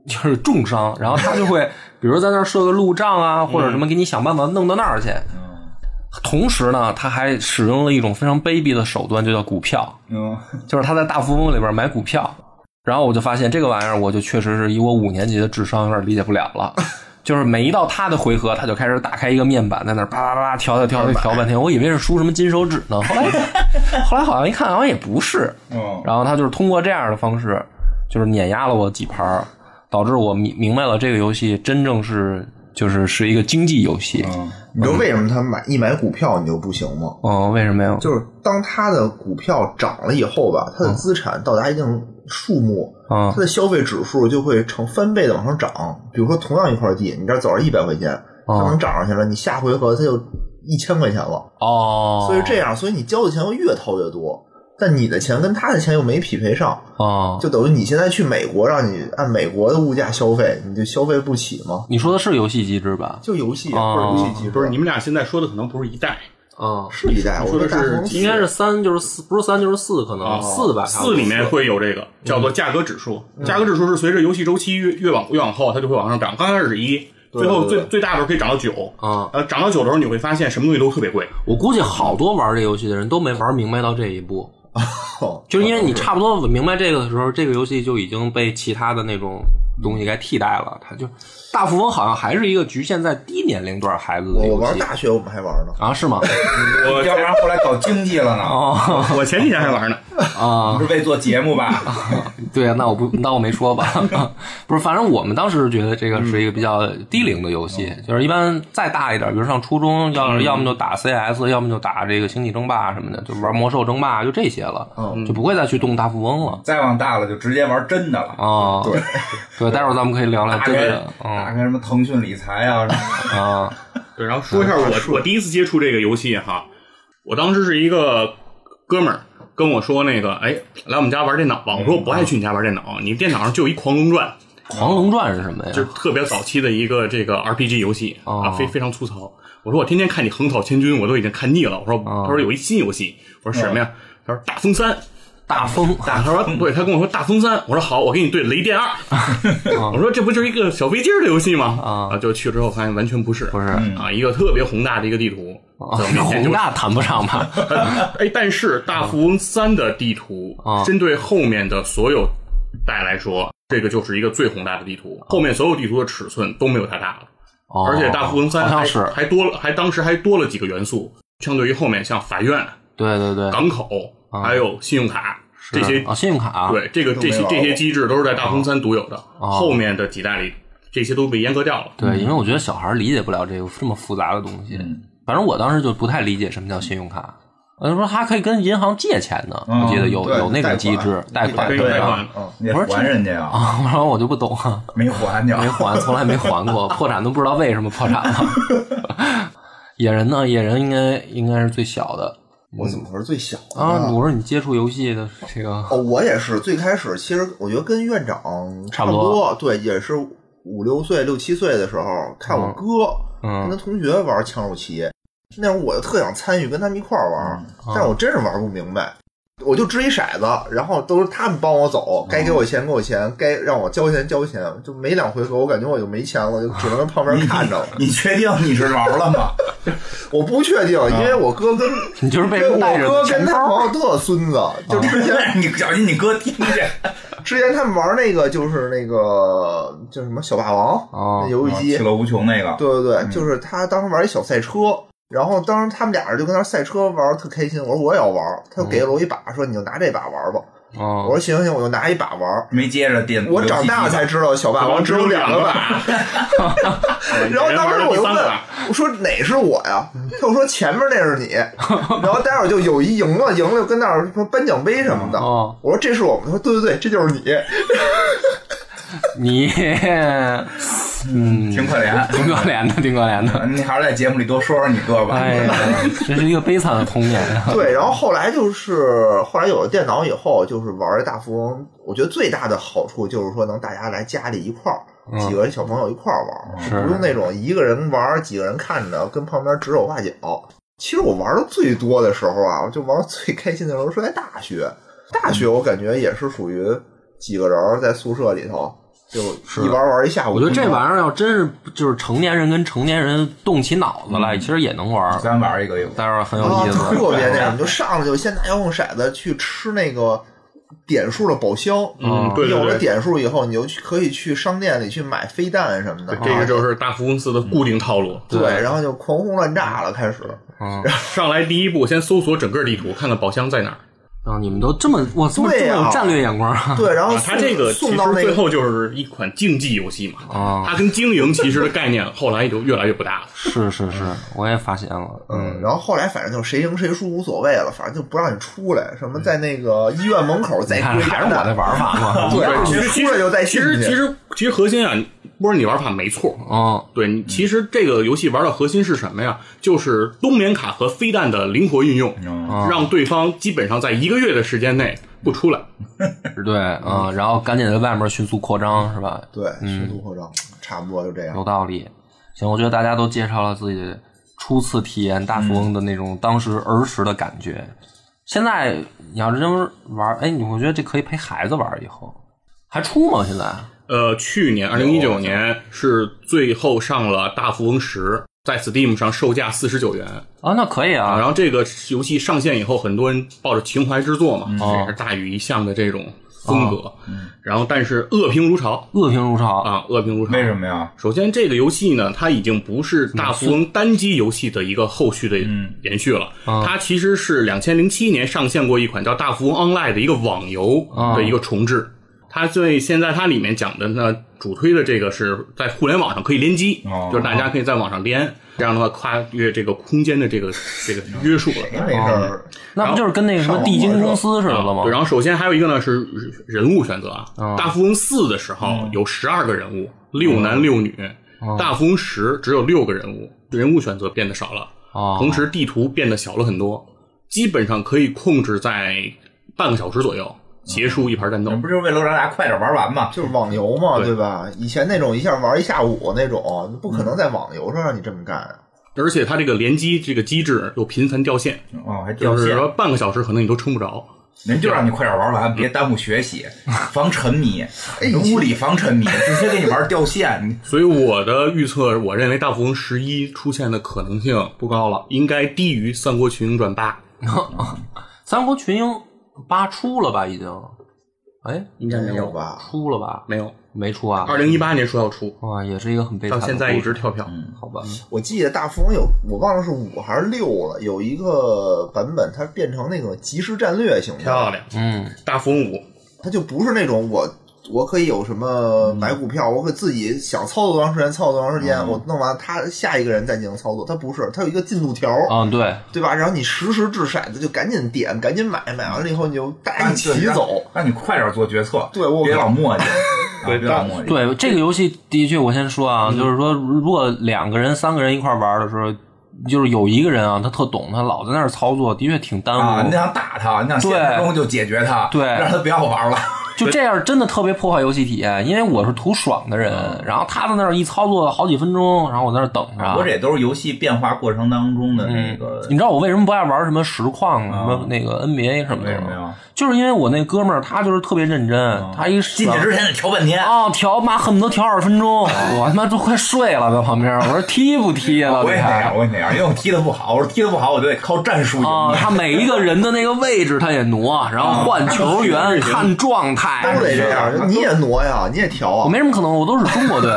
Speaker 2: 就是重伤，然后他就会比如在那儿设个路障啊，或者什么，给你想办法弄到那儿去。同时呢，他还使用了一种非常卑鄙的手段，就叫股票。
Speaker 1: 嗯，
Speaker 2: 就是他在大富翁里边买股票，然后我就发现这个玩意儿，我就确实是以我五年级的智商有点理解不了了。就是每一到他的回合，他就开始打开一个面板，在那儿叭叭叭调调调调半天，我以为是输什么金手指呢，后来后来好像一看，好像也不是。
Speaker 1: 嗯
Speaker 2: 然后他就是通过这样的方式，就是碾压了我几盘儿，导致我明明白了这个游戏真正是就是是一个经济游戏。
Speaker 1: 嗯
Speaker 3: 你知道为什么他买一买股票你就不行吗？
Speaker 2: 嗯，为什么呀？
Speaker 3: 就是当他的股票涨了以后吧，他的
Speaker 4: 嗯
Speaker 3: 资产到达一定数目，
Speaker 2: 嗯
Speaker 3: 他的消费指数就会成翻倍的往上涨。比如说，同样一块地，你这儿走了一百块钱，它
Speaker 2: 嗯
Speaker 3: 能涨上去了，你下回合它就一千块钱了。
Speaker 2: 哦，
Speaker 4: 嗯
Speaker 3: 所以这样，所以你交的钱会越掏越多，但你的钱跟他的钱又没匹配上，
Speaker 4: 嗯
Speaker 2: 哦，
Speaker 3: 就等于你现在去美国，让你按美国的物价消费，你就消费不起吗？
Speaker 2: 你说的是游戏机制吧？
Speaker 3: 就游戏
Speaker 2: 哦
Speaker 3: 或者游戏机，
Speaker 4: 啊不是你们俩现在说的可能不是一代，
Speaker 2: 嗯，
Speaker 3: 是一代，我
Speaker 4: 说的
Speaker 3: 大
Speaker 4: 是
Speaker 3: 公司
Speaker 2: 应该是三就是四，不是三就是四，可能哦四吧，差不
Speaker 4: 啊呃四
Speaker 2: 多
Speaker 4: 里面会有这个叫做价格指数，价格指数是随着游戏周期越越往越往后，它就会往上涨。刚开始是一，最后最最大的时候可以涨到九，
Speaker 2: 啊。
Speaker 4: 呃，涨到九的时候你会发现什么东西都特别 贵，
Speaker 2: 我估计好多玩这游戏的人都没玩明白到这一步，
Speaker 3: 哦
Speaker 2: 就是因为你差不多明白这个的时候，这个游戏就已经被其他的那种东西给替代了。它就大富翁好像还是一个局限在低年龄段孩子的
Speaker 3: 我我
Speaker 2: 游
Speaker 3: 玩
Speaker 2: 戏
Speaker 3: 大学我们还玩呢，
Speaker 2: 啊？ 是吗？
Speaker 4: 我
Speaker 1: 要不然后来搞经济了呢？
Speaker 2: 哦
Speaker 4: 我前几天还玩呢，
Speaker 2: 啊
Speaker 1: 不，是为做节目吧？
Speaker 2: 对啊，那我不，那我没说吧？ 不是，反正我们当时觉得这个是一个比较低龄的游
Speaker 4: 嗯
Speaker 2: 戏，就是一般再大一点，比如上初中，要是、要么就打 CS，要么就打这个星际争霸什么的，就玩魔兽争霸，就这些了，
Speaker 4: 嗯
Speaker 2: 就不会再去动大富翁了。
Speaker 1: 再往大了就直接玩真的了，
Speaker 2: 啊，对， 对，待会儿咱们可以聊聊
Speaker 1: 打
Speaker 2: 这
Speaker 1: 开
Speaker 2: 个，
Speaker 1: 打
Speaker 2: 嗯
Speaker 1: 开什么腾讯理财啊，什 么
Speaker 2: 啊，
Speaker 4: 对，然后说一下我我第一次接触这个游戏哈，我当时是一个哥们儿跟我说那个，哎，来我们家玩电脑吧。我说我不爱去你家玩电脑，你电脑上就有一《狂龙传》，
Speaker 2: 狂龙传是什么呀？
Speaker 4: 就是特别早期的一个这个 RPG 游戏
Speaker 2: 啊哦
Speaker 4: 啊，非非常粗糙。我说我天天看你横扫千军，我都已经看腻了。我说
Speaker 2: 哦
Speaker 4: 他说有一新游戏，我说什么呀？他说大风三。
Speaker 2: 大风，
Speaker 4: 他说对，他跟我说大风三，我说好，我给你对 雷电二。
Speaker 2: 哦
Speaker 4: 我说这不就是一个小飞机儿的游戏吗？
Speaker 2: 啊
Speaker 4: 啊，就去之后发现完全不是，
Speaker 2: 不是
Speaker 4: 啊，一个特别宏大的一个地图，
Speaker 2: 啊
Speaker 4: 咱 们明天就
Speaker 2: 宏大谈不上吧？
Speaker 4: 哎，但是大富翁三的地图、
Speaker 2: 啊
Speaker 4: 针对后面的所有代来说，这个就是一个最宏大的地图，后面所有地图的尺寸都没有它大了。
Speaker 2: 哦
Speaker 4: 而且大富翁三
Speaker 2: 好像
Speaker 4: 还
Speaker 2: 是，
Speaker 4: 还多了，还当时还多了几个元素，相对于后面像法院、
Speaker 2: 对对对，
Speaker 4: 港口，
Speaker 2: 啊
Speaker 4: 还有信用卡这些
Speaker 2: 是啊，信用卡，
Speaker 4: 对，这个
Speaker 3: 都
Speaker 4: 这
Speaker 3: 没
Speaker 4: 些
Speaker 3: 玩
Speaker 4: 这
Speaker 3: 过
Speaker 4: 些机制都是在大风三独有的，
Speaker 2: 哦
Speaker 4: 后面的几代里这些都被阉割掉了。
Speaker 2: 对，因为我觉得小孩理解不了这个这么复杂的东西。反正我当时就不太理解什么叫信用卡。我就说还可以跟银行借钱呢，
Speaker 1: 嗯
Speaker 2: 我记得有
Speaker 3: 对
Speaker 2: 有那
Speaker 3: 贷
Speaker 2: 个
Speaker 3: 款
Speaker 2: 机制，贷款
Speaker 4: 可以
Speaker 1: 对
Speaker 4: 贷
Speaker 1: 啊
Speaker 4: 款，
Speaker 3: 嗯，
Speaker 1: 你得还人家呀，
Speaker 2: 啊，然后我就不懂啊，
Speaker 1: 没还你啊
Speaker 2: 没还，从来没还过，破产都不知道为什么破产了。 野人呢？野人应该应该是最小的
Speaker 3: 我怎么会是最小的
Speaker 2: 啊！
Speaker 3: 呢？
Speaker 2: 我说你接触游戏的这个
Speaker 3: 哦，我也是最开始，其实我觉得跟院长
Speaker 2: 差
Speaker 3: 差
Speaker 2: 不
Speaker 3: 不
Speaker 2: 多
Speaker 3: 多，对，也是五六岁、六七岁的时候，看我哥
Speaker 2: 嗯
Speaker 3: 跟他同学玩枪手棋，那会儿我就特想参与，跟他们一块儿玩，
Speaker 2: 嗯
Speaker 3: 但是我真是玩不明白。我就掷一骰子，然后都是他们帮我走，该给我钱给我钱，该让我交钱交钱，就没两回合，我感觉我就没钱了，就只能跟旁边看着了。
Speaker 1: 你确定你是玩了 吗？
Speaker 3: 我不确定，因为我哥 跟
Speaker 2: 你就是被人
Speaker 3: 跟
Speaker 2: 带
Speaker 3: 我
Speaker 2: 着
Speaker 3: 哥
Speaker 2: 的
Speaker 3: 跟
Speaker 2: 钱
Speaker 3: 他
Speaker 2: 包
Speaker 3: 朋友特孙子，就之前
Speaker 1: 啊你小心你哥听见。
Speaker 3: 之前他们玩那个就是那个叫什么小霸王
Speaker 4: 啊
Speaker 2: 哦
Speaker 3: 那游戏机，
Speaker 1: 其乐无穷那个，
Speaker 3: 对对
Speaker 4: 嗯
Speaker 3: 对，就是他当时玩一小赛车，然后当时他们俩人就跟那儿赛车玩儿特开心，我说我也要玩儿，他就给了我一把，说你就拿这把玩儿吧，
Speaker 4: 嗯
Speaker 2: 哦，
Speaker 3: 我说行行，我就拿一把玩儿。
Speaker 1: 没接着电。
Speaker 3: 我长大了才知道小霸王只有两个把， 然后当时我就问
Speaker 4: 玩了
Speaker 3: 我说哪是我呀？他就说前面那 是你，然后待会儿就有一赢了，赢了就跟那儿说颁奖杯什么
Speaker 4: 嗯
Speaker 3: 的。
Speaker 2: 哦
Speaker 3: 我说这是我们，他说对对对，这就是你。
Speaker 2: 你嗯，
Speaker 1: 挺可怜。
Speaker 2: 挺可怜的，挺可怜的。
Speaker 1: 你还是在节目里多说说你哥吧。
Speaker 2: 哎呀，这是一个悲惨的童年 啊！
Speaker 3: 对，然后后来就是后来有了电脑以后，就是玩这大富翁，我觉得最大的好处就是说能大家来家里一块儿，几个小朋友一块儿玩，
Speaker 2: 嗯是
Speaker 3: 不用那种一个人玩几个人看着，跟旁边指手画脚。其实我玩的最多的时候啊，我就玩得最开心的时候是在大学，大学我感觉也是属于几个人儿在宿舍里头就一玩玩一下午。
Speaker 2: 我觉得这玩意儿要真是就是成年人跟成年人动起脑子来，其实也能玩儿，
Speaker 1: 咱玩一个有
Speaker 2: 待会儿很有
Speaker 3: 啊，
Speaker 2: 意思。
Speaker 3: 特别那 什么，就上来就先拿遥控骰子去吃那个点数的宝箱。
Speaker 2: 哦
Speaker 4: 嗯，对
Speaker 3: 有了
Speaker 4: 对对，
Speaker 3: 点数以后，你就去可以去商店里去买飞弹什么的。
Speaker 2: 啊
Speaker 4: 这个
Speaker 2: 哦
Speaker 4: 就是大富翁四的固定套路。
Speaker 3: 对，然后就狂轰乱炸了，开始。
Speaker 2: 嗯，
Speaker 4: 上来第一步，先搜索整个地图，看看宝箱在哪儿。
Speaker 2: 啊，你们都这么我这么这
Speaker 3: 对啊
Speaker 2: 么有战略眼光啊！
Speaker 3: 对，然后
Speaker 4: 啊，
Speaker 3: 送
Speaker 4: 它这个其
Speaker 3: 哦送
Speaker 4: 实
Speaker 3: 到那
Speaker 4: 最
Speaker 3: 个，
Speaker 4: 后就是一款竞技游戏嘛。
Speaker 2: 啊，
Speaker 4: 它跟经营其实的概念后来也就越来越不大
Speaker 3: 啊
Speaker 4: 了。
Speaker 2: 是是是，我也发现了，
Speaker 3: 嗯，然后后来反正就是谁赢谁输无所谓了，反正就不让你出来，什么在那个医院门口再
Speaker 2: 嗯你看
Speaker 3: 堆
Speaker 2: 还是
Speaker 3: 炸
Speaker 2: 我的
Speaker 3: 弹。
Speaker 2: 玩法 嘛。
Speaker 3: 对，然后
Speaker 4: 其
Speaker 3: 你
Speaker 4: 实其
Speaker 3: 出来就再
Speaker 4: 实其
Speaker 3: 进
Speaker 4: 实
Speaker 3: 去。
Speaker 4: 其实其实核心啊，波是你玩法没错，
Speaker 2: 嗯，
Speaker 4: 对你，其实这个游戏玩的核心是什么呀？就是冬眠卡和飞弹的灵活运用，
Speaker 1: 啊
Speaker 4: 让对方基本上在一个月的时间内不出来。
Speaker 2: 对，嗯，然后赶紧在外面迅速扩张，是吧？
Speaker 3: 对，迅速扩张，差不多就这样
Speaker 2: 有。道理。行，我觉得大家都介绍了自己初次体验大富
Speaker 4: 嗯
Speaker 2: 翁的那种当时儿时的感觉。现在你要真玩，哎，你我觉得这可以陪孩子玩，以后还出吗？现在
Speaker 4: 呃，去年二零一九年是最后上了《大富翁十》，在 Steam 上售价四十九元
Speaker 2: 啊，那可以
Speaker 4: 啊。
Speaker 2: 啊
Speaker 4: 然，后这个游戏上线以后，很多人抱着情怀之作嘛，
Speaker 1: 嗯
Speaker 2: 哦
Speaker 4: 这也是大禹一向的这种风
Speaker 1: 啊
Speaker 4: 格。然后，但是恶评如潮
Speaker 2: 恶评如潮。
Speaker 4: 啊，恶评如潮。
Speaker 1: 为什么呀？
Speaker 4: 首先，这个游戏呢，它已经不是大富翁单机游戏的一个后续的延续了。它其实是两千零七年上线过一款叫《大富翁 Online》的一个网游的一个重置。它最现在它里面讲的呢，主推的这个是在互联网上可以联机，
Speaker 1: 哦
Speaker 4: 就是大家可以在网上连，这样的话跨越这个空间的这个这个约束了。
Speaker 3: 谁没事儿
Speaker 2: 那不就是跟那个什么地精公司似的了吗
Speaker 4: 啊对，？然后首先还有一个呢是人物选择啊，大富翁四的时候有十二个人物，六
Speaker 2: 啊
Speaker 4: 男六女；大富翁十只有六个人物，人物选择变得少了，
Speaker 2: 啊，
Speaker 4: 同时地图变得小了很多，基本上可以控制在半个小时左右结束一盘战斗
Speaker 1: 你。不就是为了让大家快点玩完吗？
Speaker 3: 就是网游嘛，
Speaker 4: 对
Speaker 3: 对吧？以前那种一下玩一下午那种，
Speaker 2: 嗯
Speaker 3: 不可能在网游上让你这么干啊。
Speaker 4: 而且它这个联机这个机制又频繁掉线，
Speaker 1: 哦，还掉
Speaker 4: 就是
Speaker 1: 线。
Speaker 4: 说半个小时可能你都撑不着。
Speaker 1: 人就让你快点玩
Speaker 2: 嗯
Speaker 1: 完，别耽误学习， 防沉迷，
Speaker 3: 哎
Speaker 1: 物理防沉迷，直接给你玩掉线。你
Speaker 4: 所以我的预测，我认为《大富翁十一》出现的可能性不高了，应该低于《三国群英传八》。
Speaker 2: 三国群英八出了吧？已经？哎，
Speaker 4: 应该没有
Speaker 3: 吧？
Speaker 2: 出了吧？
Speaker 4: 没有，
Speaker 2: 没出啊。
Speaker 4: 二零一八年说要出
Speaker 2: 啊，也是一个很悲惨
Speaker 4: 到
Speaker 2: 的故事。
Speaker 4: 现在一直跳票。
Speaker 2: 好吧，
Speaker 3: 我记得大富翁有，我忘了是五还是六了，有一个版本它变成那种即时战略型
Speaker 4: 漂
Speaker 3: 的，
Speaker 4: 亮，
Speaker 2: 嗯，
Speaker 4: 大富翁五
Speaker 3: 它就不是那种我我可以有什么买股票，我可以自己想操作多长时间操作多长时
Speaker 4: 嗯
Speaker 3: 间，我弄完他下一个人再进行操作，它不是，它有一个进度条。
Speaker 4: 哦
Speaker 2: 嗯，对，
Speaker 3: 对吧？然后你实时掷骰子，就赶紧点，赶紧买，买完了以哎后你就大家
Speaker 1: 让
Speaker 3: 一起走。，
Speaker 1: 让你快点做决策，
Speaker 3: 对我
Speaker 1: 别老磨叽，对，别老
Speaker 3: 但
Speaker 1: 磨叽。
Speaker 2: 对这个游戏的确，我先说啊，
Speaker 1: 嗯
Speaker 2: 就是说，如果两个人、三个人一块玩的时候，就是有一个人啊，他特懂，他老在那儿操作，的确挺耽误。
Speaker 1: 啊，你想打他，你想现实中就解决他，
Speaker 2: 对
Speaker 1: 让他不要玩了。
Speaker 2: 就这样真的特别破坏游戏体验，因为我是图爽的人，
Speaker 1: 嗯
Speaker 2: 然后他在那儿一操作好几分钟，然后我在那儿等着。啊
Speaker 1: 我这也都是游戏变化过程当中的那个
Speaker 2: 你，知道我为什么不爱玩什么实况、什么那个 NBA 什
Speaker 1: 啊
Speaker 2: 么
Speaker 1: 为
Speaker 2: 的
Speaker 1: 什么
Speaker 2: 吗
Speaker 1: 呀？啊
Speaker 2: 就是因为我那哥们儿他就是特别认真，他一
Speaker 1: 进去之前得调半天。
Speaker 2: 啊、调妈恨不得调二十分钟，我他妈都快睡了，在旁边我说踢不踢啊？
Speaker 1: 我也那
Speaker 2: 到底还
Speaker 1: 样，我也那样，因为我踢的不好，我说踢的不好，我就得靠战术赢
Speaker 2: 啊，
Speaker 1: 你。
Speaker 2: 他每一个人的那个位置他也挪，然后换球员、看状
Speaker 4: 嗯
Speaker 2: 态，
Speaker 3: 都得这样，你也挪呀，你也调
Speaker 2: 我
Speaker 3: 啊。
Speaker 2: 没什么可能，我都是中国队，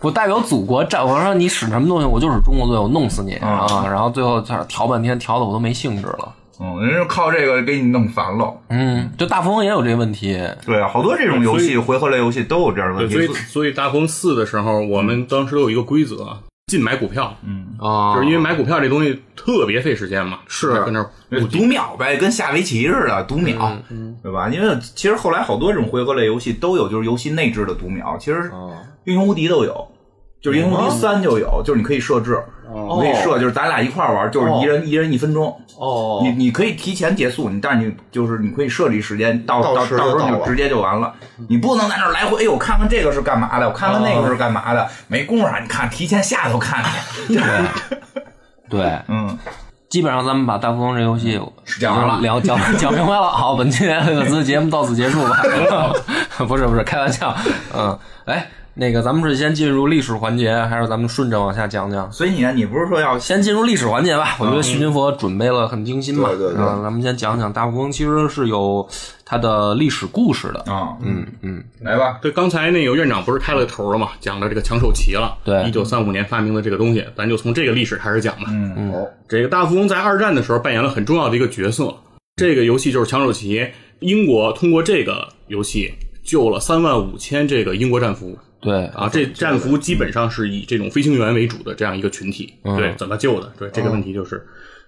Speaker 2: 我代表祖国战。我说你使什么东西，我就是中国队，我弄死你啊！然后最后在那调半天，调的我都没兴致了。
Speaker 1: 嗯，人就靠这个给你弄烦了。
Speaker 2: 嗯，就大富翁也有这个问题，
Speaker 1: 对啊，好多这种游
Speaker 4: 所
Speaker 1: 戏，回合类游戏都有这样的问题。
Speaker 4: 对，所以所以大富翁四的时候，我们当时都有一个规则，禁买股票，
Speaker 2: 啊，
Speaker 4: 就是因为买股票这东西特别费时间嘛，是跟那儿
Speaker 1: 对嗯读秒呗，跟下围棋似的读秒，对吧？因为其实后来好多这种回合类游戏都有，就是游戏内置的读秒，其实英雄无敌都有。就是英雄无敌三就有，就是你可以设置，你可以设，就是咱俩一块儿玩，就是一人一人一分钟，
Speaker 4: 嗯
Speaker 3: 哦
Speaker 1: 你你可以提前结束，你但是你就是你可以设立时间，到
Speaker 3: 到
Speaker 1: 到到
Speaker 3: 时
Speaker 1: 时
Speaker 3: 就
Speaker 1: 候你
Speaker 3: 到
Speaker 1: 就
Speaker 3: 了
Speaker 1: 直接就完了，你不能在那儿来回，哎呦，我看看这个是干嘛的，我看看那个是干嘛的，没工夫啊让你看，提前下头看 去。
Speaker 2: 啊对，
Speaker 1: 嗯，
Speaker 2: 基本上咱们把大富翁这游戏
Speaker 1: 讲完了
Speaker 2: 聊讲讲 明白了。好，本期本次节目到此结束吧。不是不是，开玩笑。嗯，哎，那个咱们是先进入历史环节，还是咱们顺着往下讲讲？
Speaker 1: 所以你呢，你不是说要
Speaker 2: 先进入历史环节吧，我
Speaker 4: 嗯
Speaker 2: 觉得徐君佛准备了很精心嘛，
Speaker 3: 对对对
Speaker 2: 啊咱们先讲讲大富翁其实是有它的历史故事的，
Speaker 1: 啊，
Speaker 2: 嗯嗯，
Speaker 1: 来 吧，
Speaker 4: 对，刚才那个院长不是开了个头了嘛，讲到这个抢手棋了。
Speaker 2: 对
Speaker 4: 一九三五年发明的这个东西，咱就从这个历史开始讲吧。
Speaker 1: 嗯
Speaker 3: 哦
Speaker 4: 这个大富翁在二战的时候扮演了很重要的一个角色。这个游戏就是抢手棋，英国通过这个游戏救了三万五千这个英国战俘
Speaker 2: 对，
Speaker 4: 啊，这战俘基本上是以这种飞行员为主的这样一个群体。对，怎么救的？对，这个问题就是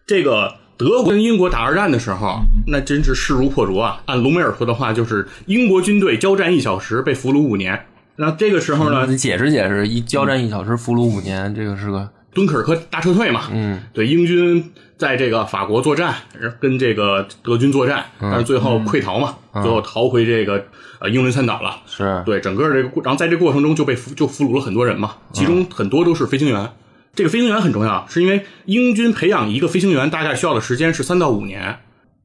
Speaker 4: 这个。德国跟英国打二战的时候，那真是势如破竹啊！按隆美尔说的话，就是英国军队交战一小时，被俘虏五年。那这个时候呢，
Speaker 2: 呃你解释解释，一交战一小时，俘虏五年，这个是个
Speaker 4: 敦刻尔克大撤退嘛，嗯，对，英军在这个法国作战，然后跟这个德军作战，但是最后溃逃嘛，最后逃回这个呃英伦三岛了。
Speaker 2: 是
Speaker 4: 对，整个这个过，然后在这过程中就被俘就俘虏了很多人嘛，其中很多都是飞行员。这个飞行员很重要，是因为英军培养一个飞行员大概需要的时间是三到五年，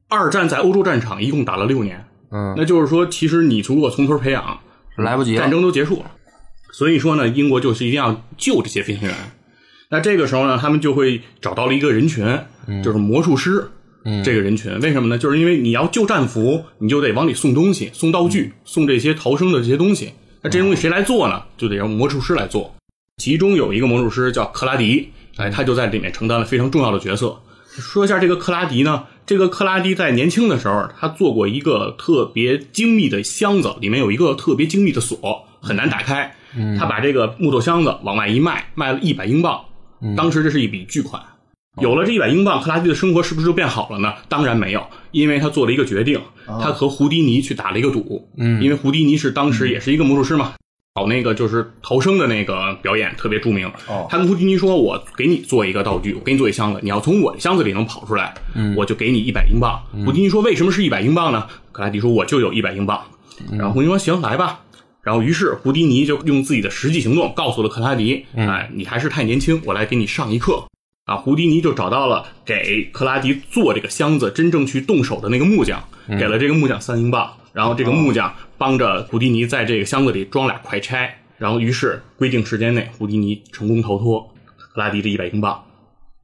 Speaker 4: 二战在欧洲战场一共打了六年，
Speaker 2: 嗯，
Speaker 4: 那就是说，其实你如果从头培养，
Speaker 2: 来不及了
Speaker 4: 战，争都结束了。所以说呢，英国就是一定要救这些飞行员。那这个时候呢，他们就会找到了一个人群，就是魔术师、这个人群。为什么呢？就是因为你要救战俘，你就得往里送东西，送道具，送这些逃生的这些东西。那这些东西谁来做呢？就得让魔术师来做。其中有一个魔术师叫克拉迪，哎，他就在里面承担了非常重要的角色。说一下这个克拉迪呢，这个克拉迪在年轻的时候，他做过一个特别精密的箱子，里面有一个特别精密的锁，很难打开。他把这个木头箱子往外一卖，卖了一百英镑，当时这是一笔巨款。有了这一百英镑，克拉迪的生活是不是就变好了呢？当然没有，因为他做了一个决定，他和胡迪尼去打了一个赌。哦嗯，因为胡迪尼是当时也是一个魔术师嘛，搞那个就是逃生的那个表演特别著名。
Speaker 3: 哦
Speaker 4: 他跟胡迪尼说：“我给你做一个道具，我给你做一箱子，你要从我的箱子里能跑出来，我就给你一百英镑。胡迪尼说：“为什么是一百英镑呢？”克拉迪说：“我就有一百英镑。”然后胡迪尼说：“行，来吧。”然后，于是胡迪尼就用自己的实际行动告诉了克拉迪：“哎，你还是太年轻，我来给你上一课。”啊，胡迪尼就找到了给克拉迪做这个箱子真正去动手的那个木匠，给了这个木匠三英镑，然后这个木匠帮着胡迪尼在这个箱子里装俩快拆，然后于是规定时间内，胡迪尼成功逃脱，克拉迪这一百英镑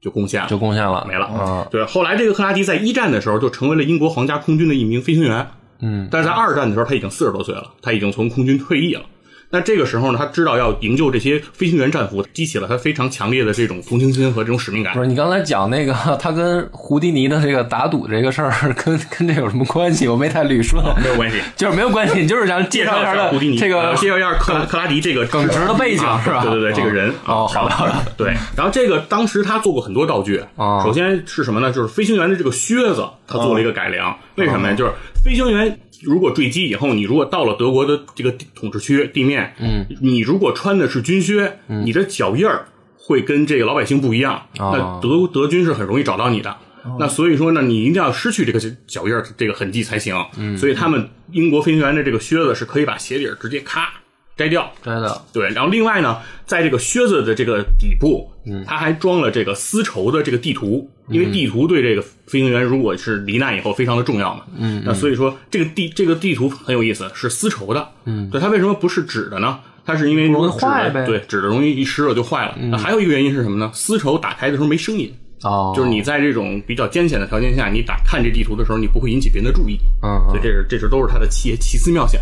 Speaker 4: 就贡献了，
Speaker 2: 就贡献了，啊
Speaker 4: 没了。对，后来这个克拉迪在一战的时候就成为了英国皇家空军的一名飞行员，
Speaker 2: 嗯，
Speaker 4: 但是在二战的时候他已经四十多岁了，他已经从空军退役了。那这个时候呢，他知道要营救这些飞行员战俘，激起了他非常强烈的这种同情心和这种使命感
Speaker 2: 不。是你刚才讲那个他跟胡迪尼的这个打赌这个事儿， 跟跟这有什么关系？我没太捋顺，
Speaker 4: 哦没有关系，
Speaker 2: 就是没有关系，你就是想介
Speaker 4: 介
Speaker 2: 绍
Speaker 4: 绍
Speaker 2: 一
Speaker 4: 一
Speaker 2: 下
Speaker 4: 下
Speaker 2: 的
Speaker 4: 胡迪尼，
Speaker 2: 这
Speaker 4: 呃
Speaker 2: 个
Speaker 4: 介绍一下克拉克拉迪这个
Speaker 2: 耿直的背景
Speaker 4: 啊
Speaker 2: 是吧
Speaker 4: 对对对，这个人
Speaker 2: 哦
Speaker 4: 啊
Speaker 2: 好的好的
Speaker 4: 对。然后这个当时他做过很多道具
Speaker 2: 哦
Speaker 4: 首先是什么呢？就是飞行员的这个靴子，他做了一个
Speaker 2: 哦
Speaker 4: 改良。为什么呀？就是飞行员如果坠机以后，你如果到了德国的这个地统治区地面，嗯，你如果穿的是军靴，你的脚印儿会跟这个老百姓不一样。
Speaker 2: 嗯哦
Speaker 4: 那德德军是很容易找到你的。那所以说呢，你一定要失去这个脚印儿这个痕迹才行。嗯，所以他们英国飞行员的这个靴子是可以把鞋底儿直接咔摘掉，
Speaker 2: 真的
Speaker 4: 对，然后另外呢，在这个靴子的这个底部，嗯，它还装了这个丝绸的这个地图，因为地图对这个飞行员如果是罹难以后非常的重要嘛，嗯，那所以说这个地这个地图很有意思，是丝绸的，嗯，对，它为什么不是纸的呢？它是因为
Speaker 2: 容易
Speaker 4: 如果纸
Speaker 2: 坏呗
Speaker 4: 对，纸的容易一湿了就坏了。那还有一个原因是什么呢？丝绸打开的时候没声音，
Speaker 2: 哦，
Speaker 4: 就是你在这种比较艰险的条件下，你打看这地图的时候，你不会引起别人的注意，
Speaker 2: 嗯嗯
Speaker 4: 所以这是这是都是他的奇奇思妙想。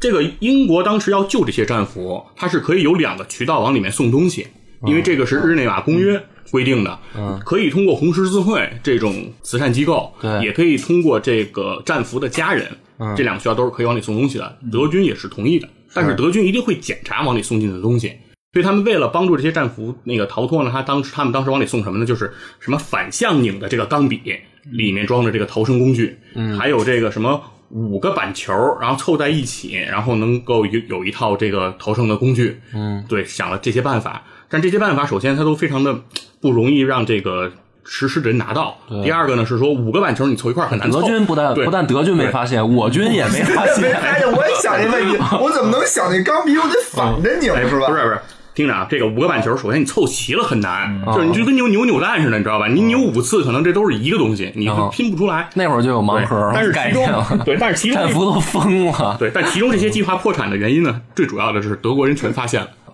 Speaker 4: 这个英国当时要救这些战俘，它是可以有两个渠道往里面送东西，
Speaker 2: 嗯
Speaker 4: 因为这个是日内瓦公约规定的，可以通过红十字会这种慈善机构，
Speaker 2: 对嗯
Speaker 4: 也可以通过这个战俘的家人，这两个渠道都是可以往里送东西的。德军也是同意的，但是德军一定会检查往里送进的东西。所以他们为了帮助这些战俘那个逃脱呢，他当时他们当时往里送什么呢？就是什么反向拧的这个钢笔，里面装着这个逃生工具，嗯，还有这个什么五个板球，然后凑在一起，然后能够有有一套这个逃生的工具，嗯，对，想了这些办法，但这些办法首先它都非常的不容易让这个实施的人拿到，第二个呢是说五个板球你凑一块儿很难凑，
Speaker 2: 德军不但
Speaker 4: 对
Speaker 2: 不但德军没发现，我军也没发
Speaker 3: 没
Speaker 2: 现。
Speaker 3: 发现，哎我也想这 问题，我怎么能想那钢笔？我得反着拧
Speaker 4: 哎，
Speaker 3: 是吧？
Speaker 4: 不是不是，听着啊，这个五个板球，首先你凑齐了很难，就是你就跟扭扭扭蛋似的，你知道吧？你扭五次，可能这都是一个东西，你
Speaker 2: 嗯
Speaker 4: 拼不出来。
Speaker 2: 那会儿就有
Speaker 4: 哦
Speaker 2: 盲盒
Speaker 4: 对但是
Speaker 2: 概
Speaker 4: 其
Speaker 2: 念了
Speaker 4: 中， 对，但是其
Speaker 2: 战
Speaker 4: 中
Speaker 2: 俘都疯了。
Speaker 4: 对，但其中这些计划破产的原因呢，最主要的是德国人全发现了，啊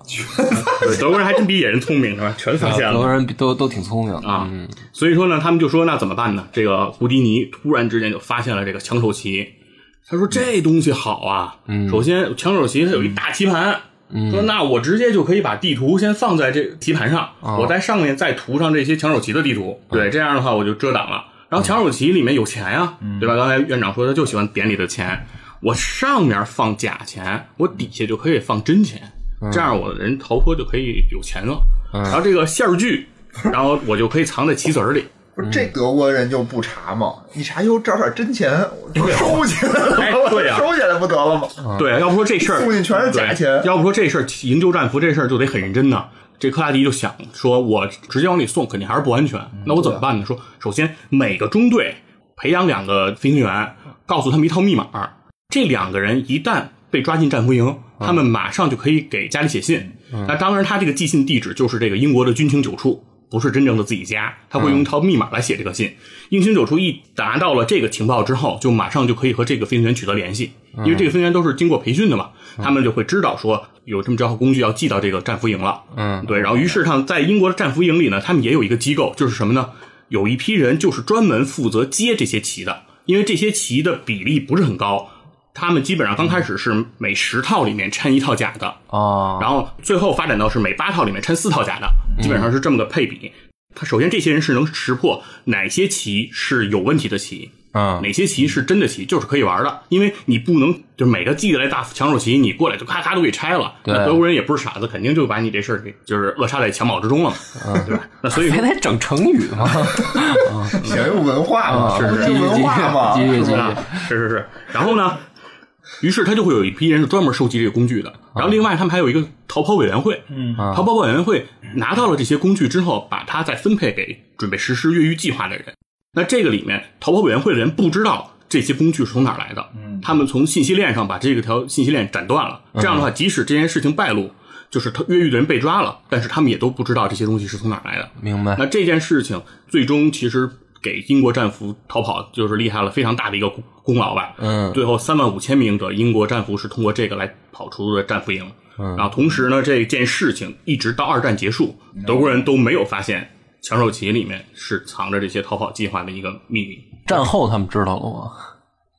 Speaker 4: 对，德国人还真比野人聪明是吧？全发现
Speaker 2: 很
Speaker 4: 了
Speaker 2: 多。人都都挺聪明的
Speaker 4: 啊，所以说呢，他们就说那怎么办呢？这个胡迪尼突然之间就发现了这个抢手棋，他说这东西好啊，首先抢手棋它有一大棋盘，说那我直接就可以把地图先放在这棋盘上，我在上面再涂上这些抢手棋的地图，对，这样的话我就遮挡了。然后抢手棋里面有钱呀、对吧？刚才院长说他就喜欢点里的钱，我上面放假钱，我底下就可以放真钱，这样我的人逃脱就可以有钱了。然后这个线儿锯，然后我就可以藏在棋子儿里。
Speaker 3: 不是这德国人就不查吗？一查哟，这儿点真钱，我收起来了，
Speaker 4: 哎
Speaker 3: 我
Speaker 4: 对呀
Speaker 3: 收起来不得了吗？
Speaker 4: 对，要不说这事儿
Speaker 3: 附近啊全是假钱
Speaker 4: 对要不说这事儿营救战俘这事儿就得很认真呢。这克拉迪就想说，我直接往里送肯定还是不安全，
Speaker 3: 嗯
Speaker 4: 那我怎么办呢？说首先每个中队培养两个飞行员，告诉他们一套密码，这两个人一旦被抓进战俘营，他们马上就可以给家里写信。那当然，他这个寄信地址就是这个英国的军情九处，不是真正的自己家，他会用一套密码来写这个信。英军九处一达到了这个情报之后，就马上就可以和这个飞行员取得联系，因为这个飞行员都是经过培训的嘛，他们就会知道说有这么这套工具要寄到这个战俘营了。
Speaker 2: 嗯，
Speaker 4: 对。然后，于是他们在英国的战俘营里呢，他们也有一个机构，就是什么呢？有一批人就是专门负责接这些旗的，因为这些旗的比例不是很高，他们基本上刚开始是每十套里面掺一套假的，
Speaker 2: 啊，
Speaker 4: 然后最后发展到是每八套里面掺四套假的，基本上是这么个配比。他首先这些人是能识破哪些棋是有问题的棋，
Speaker 2: 嗯
Speaker 4: 哪些棋是真的棋，就是可以玩的，因为你不能就是每个寄来大抢手棋，你过来就咔咔都给拆了。
Speaker 2: 对
Speaker 4: 那德国人也不是傻子，肯定就把你这事儿给就是扼杀在襁褓之中了嘛，对吧？那所以
Speaker 2: 还
Speaker 4: 说。
Speaker 2: 得整成语 吗？
Speaker 3: 想有文化嘛，
Speaker 2: 是
Speaker 3: 不
Speaker 2: 是
Speaker 3: 就文化嘛，
Speaker 2: 继续继续继续
Speaker 4: 啊，是是是。然后呢，于是他就会有一批人是专门收集这个工具的。然后另外他们还有一个逃跑委员会，嗯，逃跑委员会拿到了这些工具之后，把它再分配给准备实施越狱计划的人。那这个里面，逃跑委员会的人不知道这些工具是从哪儿嗯来的，他们从信息链上把这个条信息链斩断了。这样的话，即使这件事情败露，就是他越狱的人被抓了，但是他们也都不知道这些东西是从哪儿来的。
Speaker 2: 明白
Speaker 4: 那这件事情最终其实给英国战俘逃跑就是立下了非常大的一个功功劳吧。
Speaker 2: 嗯
Speaker 4: 最后三万五千名的英国战俘是通过这个来跑出的战俘营。
Speaker 2: 嗯
Speaker 4: 然后同时呢，这件事情一直到二战结束，德国人都没有发现强手旗里面是藏着这些逃跑计划的一个秘密。
Speaker 2: 战后他们知道了吗？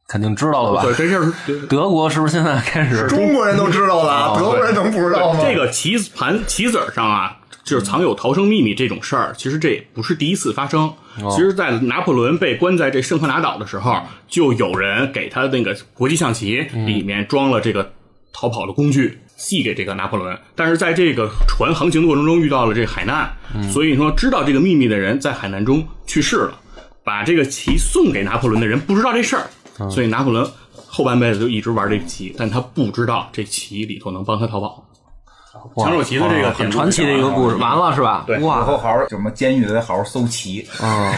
Speaker 2: 肯定知道了吧？
Speaker 4: 对，这就是对
Speaker 2: 德国是不是现在开始
Speaker 3: 中国人都知道了，德国人能不知道吗？
Speaker 4: 这个棋子盘棋子儿上啊，就是藏有逃生秘密这种事儿，其实这也不是第一次发生。其实，在拿破仑被关在这圣克拿岛的时候，就有人给他那个国际象棋里面装了这个逃跑的工具，寄给这个拿破仑。但是在这个船航行的过程中遇到了这个海难，所以说知道这个秘密的人在海难中去世了。把这个棋送给拿破仑的人不知道这事儿，所以拿破仑后半辈子就一直玩这棋，但他不知道这棋里头能帮他逃跑。
Speaker 2: 哇
Speaker 4: 强手棋的这个
Speaker 2: 哦很传奇的一个故事，完了是吧？
Speaker 4: 对
Speaker 1: 以
Speaker 2: 哇，
Speaker 1: 后好好什么监狱得好好搜齐，
Speaker 2: 嗯，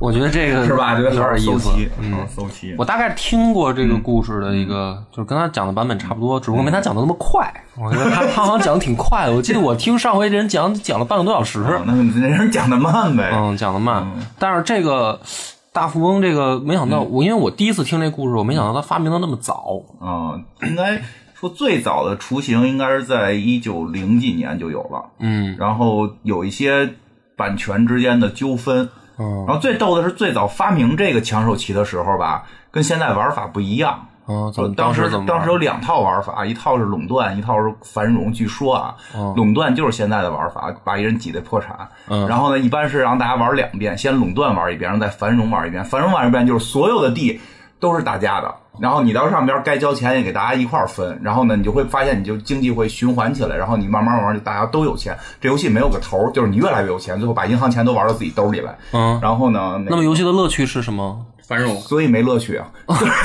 Speaker 2: 我觉得这个
Speaker 1: 是吧？
Speaker 2: 有
Speaker 1: 得好好
Speaker 2: 点
Speaker 1: 搜
Speaker 2: 意思
Speaker 1: 齐，，好
Speaker 2: 嗯
Speaker 1: 好。搜齐。
Speaker 2: 我大概听过这
Speaker 1: 嗯
Speaker 2: 个故事的一个，就是跟他讲的版本差不多，只不过没他讲的那么快。 我觉得他他好像讲的挺快的，我记得我听上回这人讲讲了半个多小时，
Speaker 1: 哦那你这人讲的慢呗，
Speaker 2: 嗯，讲的慢。但是这个大富翁，这个没想到
Speaker 1: 嗯
Speaker 2: 我，因为我第一次听这故事，我没想到他发明的那么早。
Speaker 1: 啊，应该说最早的雏形应该是在一九零几年就有了，
Speaker 2: 嗯，
Speaker 1: 然后有一些版权之间的纠纷。
Speaker 2: 嗯
Speaker 1: 然后最逗的是，最早发明这个抢手棋的时候吧，跟现在玩法不一样。
Speaker 2: 嗯，怎么
Speaker 1: 呃当
Speaker 2: 时
Speaker 1: 时
Speaker 2: 怎么玩？
Speaker 1: 当时有两套玩法，一套是垄断，一套是繁荣。据说啊，垄断就是现在的玩法，把一人挤得破产。
Speaker 2: 哦嗯
Speaker 1: 然后呢，一般是让大家玩两遍，先垄断玩一遍，然后再繁荣玩一遍。繁荣玩一遍就是所有的地都是大家的，然后你到上边该交钱也给大家一块儿分。然后呢，你就会发现，你就经济会循环起来，然后你慢慢玩，就大家都有钱。这游戏没有个头儿，就是你越来越有钱，最后把银行钱都玩到自己兜里来。
Speaker 2: 嗯，
Speaker 1: 然后呢，那
Speaker 2: 那么游戏的乐趣是 什么？
Speaker 4: 繁荣，
Speaker 1: 所以没乐趣啊。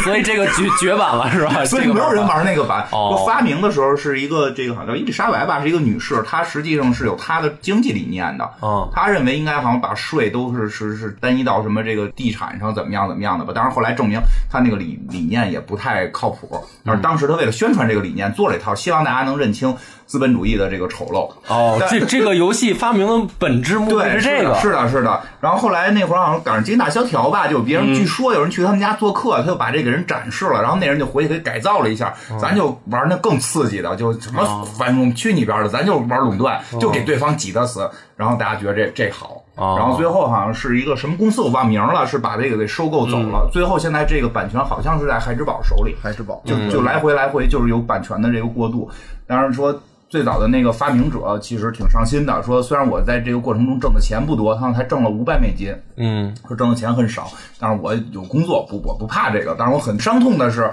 Speaker 2: 所以这个绝绝版了是吧？
Speaker 1: 所以
Speaker 2: 这个
Speaker 1: 没有人
Speaker 2: 法
Speaker 1: 玩那个版。
Speaker 2: 哦
Speaker 1: 就发明的时候是一个这个好像叫伊丽莎白吧，是一个女士，她实际上是有她的经济理念的。
Speaker 2: 嗯
Speaker 1: 她认为应该好像把税都是是是单一到什么这个地产上怎么样怎么样的吧。当然后来证明她那个理理念也不太靠谱。但
Speaker 2: 嗯
Speaker 1: 是当时她为了宣传这个理念，做了一套，希望大家能认清资本主义的这个丑陋。
Speaker 2: 哦，这这个游戏发明的本质目的
Speaker 1: 对，
Speaker 2: 是这个，
Speaker 1: 是的，是的。然后后来那会儿好像赶上金大萧条吧，就有别
Speaker 2: 嗯
Speaker 1: 人据说有人去他们家做客，他就把这给人展示了，然后那人就回去给改造了一下。
Speaker 2: 嗯
Speaker 1: 咱就玩那更刺激的，就什么反正去你边的，咱就玩垄断，
Speaker 2: 嗯
Speaker 1: 就给对方挤得死。然后大家觉得这这好，
Speaker 2: 哦
Speaker 1: 然后最后好像是一个什么公司我忘名了，是把这个给收购走了。
Speaker 2: 嗯
Speaker 1: 最后现在这个版权好像是在孩之宝手里，
Speaker 3: 还是宝，
Speaker 1: 就
Speaker 2: 嗯
Speaker 1: 就来回来回就是有版权的这个过渡。当然说最早的那个发明者其实挺伤心的，说虽然我在这个过程中挣的钱不多，他才挣了五百美金，
Speaker 2: 嗯，
Speaker 1: 说挣的钱很少，但是我有工作，不我不怕这个。但是我很伤痛的是，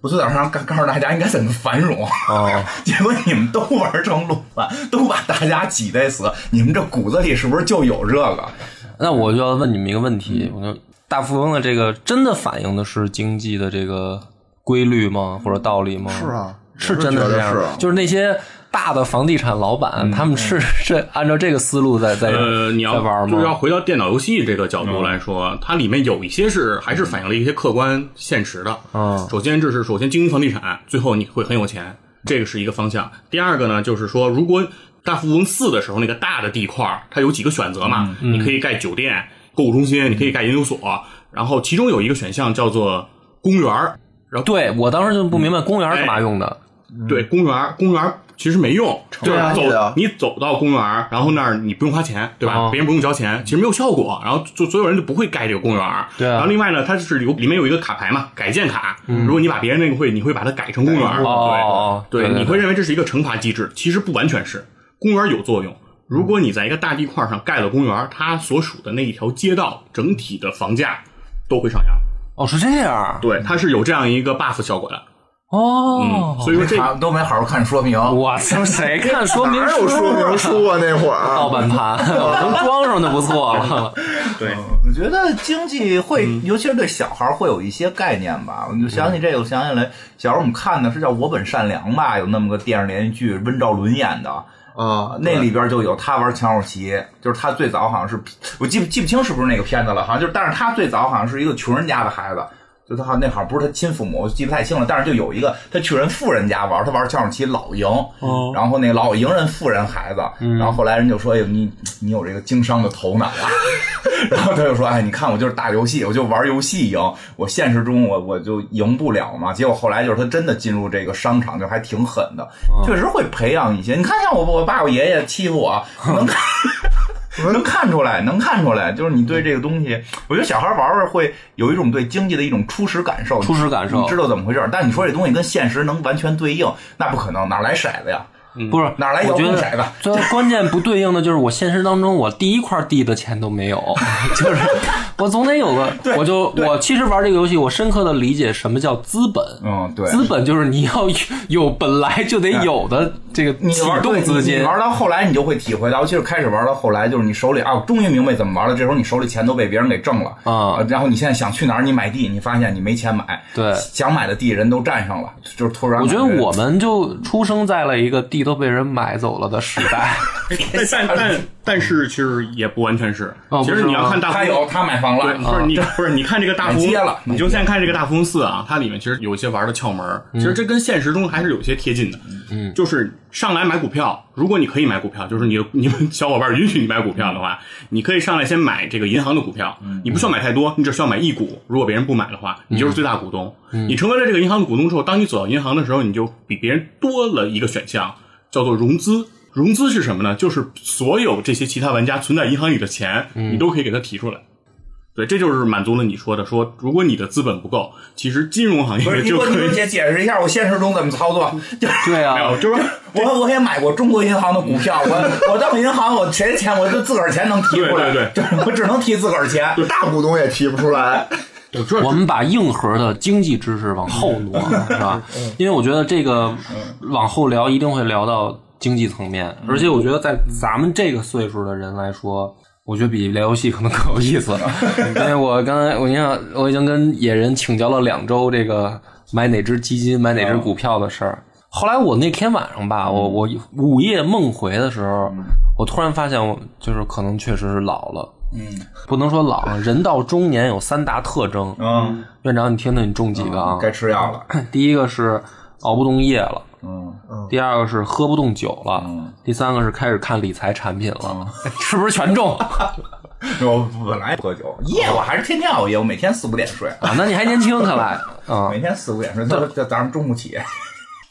Speaker 1: 我最早上告告诉大家应该怎么繁荣，
Speaker 2: 嗯哦
Speaker 1: 结果你们都玩成垄断，都把大家挤得死，你们这骨子里是不是就有这个？
Speaker 2: 那我
Speaker 3: 嗯
Speaker 2: 就要问你们一个问题，我就大富翁的这个真的反映的是经济的这个规律吗？或者道理吗？
Speaker 3: 是，啊，
Speaker 2: 是真的
Speaker 3: 我
Speaker 2: 是这
Speaker 3: 觉得
Speaker 2: 样
Speaker 3: 是
Speaker 2: 的，
Speaker 3: 啊嗯
Speaker 2: 就是那些大的房地产老板，他们是是按照这个思路在在
Speaker 4: 呃，你
Speaker 2: 在
Speaker 4: 要
Speaker 2: 玩
Speaker 4: 就是要
Speaker 2: 吗？嗯
Speaker 4: 回到电脑游戏这个角度来说，它里面有一些是还是反映了一些客观现实的。
Speaker 2: 嗯
Speaker 4: 首先就是首先经营房地产，最后你会很有钱，这个是一个方向。第二个呢，就是说如果大富翁四的时候那个大的地块儿，它有几个选择嘛，
Speaker 2: 嗯
Speaker 4: 你可以盖酒店、购物中心，你可以盖研究所，然后其中有一个选项叫做公园儿，然后
Speaker 2: 对我当时就不明白公园是干嘛用的，
Speaker 4: 对，公园儿，公园儿其实没用，就是
Speaker 2: 啊
Speaker 3: 压力
Speaker 4: 走
Speaker 3: 的
Speaker 4: 你走到公园儿，然后那儿你不用花钱，对吧？
Speaker 2: 哦
Speaker 4: 别人不用交钱，其实没有效果，然后就所有人就不会盖这个公园儿。
Speaker 2: 对啊嗯
Speaker 4: 然后另外呢，它是有里面有一个卡牌嘛，改建卡，如果你把别人那个会，你会把它改成公园儿。
Speaker 2: 哦
Speaker 4: 对，
Speaker 2: 对对对
Speaker 4: 你会认为这是一个惩罚机制，其实不完全是，公园儿有作用。如果你在一个大地块儿上盖了公园儿，它所属的那一条街道整体的房价都会上扬。
Speaker 2: 哦是这样，
Speaker 4: 对，它是有这样一个 buff 效果的。
Speaker 2: 哦
Speaker 4: 嗯，，所以说这个
Speaker 1: 他都没好好看说明，
Speaker 2: 我操，谁看说明
Speaker 3: 哪有说明书啊？那会儿
Speaker 2: 盗
Speaker 3: 啊，
Speaker 2: 版盘能装上就不错了。
Speaker 4: 对。
Speaker 1: 我觉得经济会，尤其是对小孩儿会有一些概念吧。我就想起这个，我想起来，小时候我们看的是叫《我本善良》吧，有那么个电视连续剧，温兆伦演的。
Speaker 3: 啊，
Speaker 1: 那里边就有他玩抢手棋，就是他最早好像是，我记不记不清是不是那个片子了，好像就是，但是他最早好像是一个穷人家的孩子，就他好像那好像不是他亲父母，我记不太清了。但是就有一个，他去人富人家玩，他玩下象棋老赢，然后那个老赢人富人孩子，然后后来人就说：“哎呦，你你有这个经商的头脑啊！” 然后他就说：“哎，你看我就是打游戏，我就玩游戏赢，我现实中我我就赢不了嘛。”结果后来就是他真的进入这个商场，就还挺狠的，
Speaker 2: 啊
Speaker 1: 确实会培养一些。你看，像我我爸我爷爷欺负我，能看。
Speaker 2: 嗯
Speaker 1: 能看出来，能看出来，就是你对这个东西，我觉得小孩玩玩会有一种对经济的一种初始感受，
Speaker 2: 初始感受
Speaker 1: 你知道怎么回事。但你说这东西跟现实能完全对应，那不可能，哪来骰子呀？
Speaker 2: 不是
Speaker 1: 嗯哪来
Speaker 2: 我
Speaker 1: 遥
Speaker 2: 觉
Speaker 1: 控
Speaker 2: 得
Speaker 1: 骰子？
Speaker 2: 最关键不对应的就是我现实当中我第一块地的钱都没 有，就是我总得有个，我就我其实玩这个游戏，我深刻的理解什么叫资本。
Speaker 1: 嗯，对。
Speaker 2: 资本就是你要有有本来就得有的这个
Speaker 1: 你
Speaker 2: 启
Speaker 1: 玩对
Speaker 2: 动资
Speaker 1: 你
Speaker 2: 金
Speaker 1: 你，玩到后来，你就会体会到，尤其是开始玩到后来，就是你手里啊，终于明白怎么玩了。这时候你手里钱都被别人给挣了
Speaker 2: 啊
Speaker 1: 呃然后你现在想去哪儿，你买地，你发现你没钱买，
Speaker 2: 对
Speaker 1: 想买的地人都占上了，就是突然
Speaker 2: 我觉得
Speaker 1: 感
Speaker 2: 我们就出生在了一个地都被人买走了的时 代。
Speaker 4: 但但但但是其实也不完全是
Speaker 2: 哦，
Speaker 4: 其
Speaker 2: 不
Speaker 4: 实
Speaker 2: 是
Speaker 4: 你要
Speaker 2: 吗
Speaker 4: 看大富
Speaker 1: 他
Speaker 4: 翁
Speaker 1: 有他买房
Speaker 4: 对，
Speaker 1: 了，
Speaker 4: 不是你，不是你看这个大
Speaker 1: 买
Speaker 4: 富
Speaker 1: 啊街嗯
Speaker 4: 翁
Speaker 1: 了
Speaker 4: 你就现在看这个大富翁四啊，它里面其实有一些玩的窍门儿，其实这跟现实中还是有些贴近的。嗯，就是上来买股票，如果你可以买股票，就是你 你们小伙伴允许你买股票的话，你可以上来先买这个银行的股票，
Speaker 1: 嗯
Speaker 4: 你不需要买太多，你只需要买一股。如果别人不买的话，你就是最大股东。
Speaker 1: 嗯
Speaker 4: 你成为了这个银行的股东之后，当你走到银行的时候，你就比别人多了一个选项，叫做融资。融资是什么呢？就是所有这些其他玩家存在银行里的钱，
Speaker 1: 嗯
Speaker 4: 你都可以给他提出来。对，这就是满足了你说的，说如果你的资本不够，其实金融行
Speaker 1: 不是
Speaker 4: 业
Speaker 1: 你
Speaker 4: 就
Speaker 1: 给我你
Speaker 4: 可
Speaker 1: 给我
Speaker 4: 以。
Speaker 1: 解解释一下，我现实中怎么操作？就
Speaker 2: 对
Speaker 4: 没
Speaker 2: 啊
Speaker 4: 有，，就是说，
Speaker 1: 我我也买过中国银行的股票，我我到银行，我谁的钱我就自个儿钱能提出来，
Speaker 4: 对对
Speaker 1: 对，我只能提自个儿钱。
Speaker 3: 大股东也提不出来。
Speaker 4: 我知道
Speaker 2: 我们把硬核的经济知识往后挪，是吧？因为我觉得这个往后聊一定会聊到经济层面，而且我觉得在咱们这个岁数的人来说。我觉得比聊游戏可能更有意思，因为我刚才我你想我已经跟野人请教了两周这个买哪只基金、买哪只股票的事儿。后来我那天晚上吧，我我午夜梦回的时候，我突然发现我就是可能确实是老了，不能说老了，人到中年有三大特征。
Speaker 1: 嗯，
Speaker 2: 院长，你听听，你中几个
Speaker 4: 嗯
Speaker 2: 啊？
Speaker 1: 该吃药了。
Speaker 2: 第一个是熬不动夜了，
Speaker 1: 嗯，
Speaker 2: 第二个是喝不动酒了，
Speaker 4: 嗯
Speaker 2: 第三个是开始看理财产品了， 是不是全 中啊？
Speaker 1: 我本来不喝
Speaker 3: 哦
Speaker 1: 酒，夜我还是天天熬夜，我每天四五点睡，
Speaker 3: 啊
Speaker 2: 那你还年轻，看来
Speaker 4: 嗯
Speaker 2: 啊，
Speaker 1: 每天四五点睡，到到咱们中午起。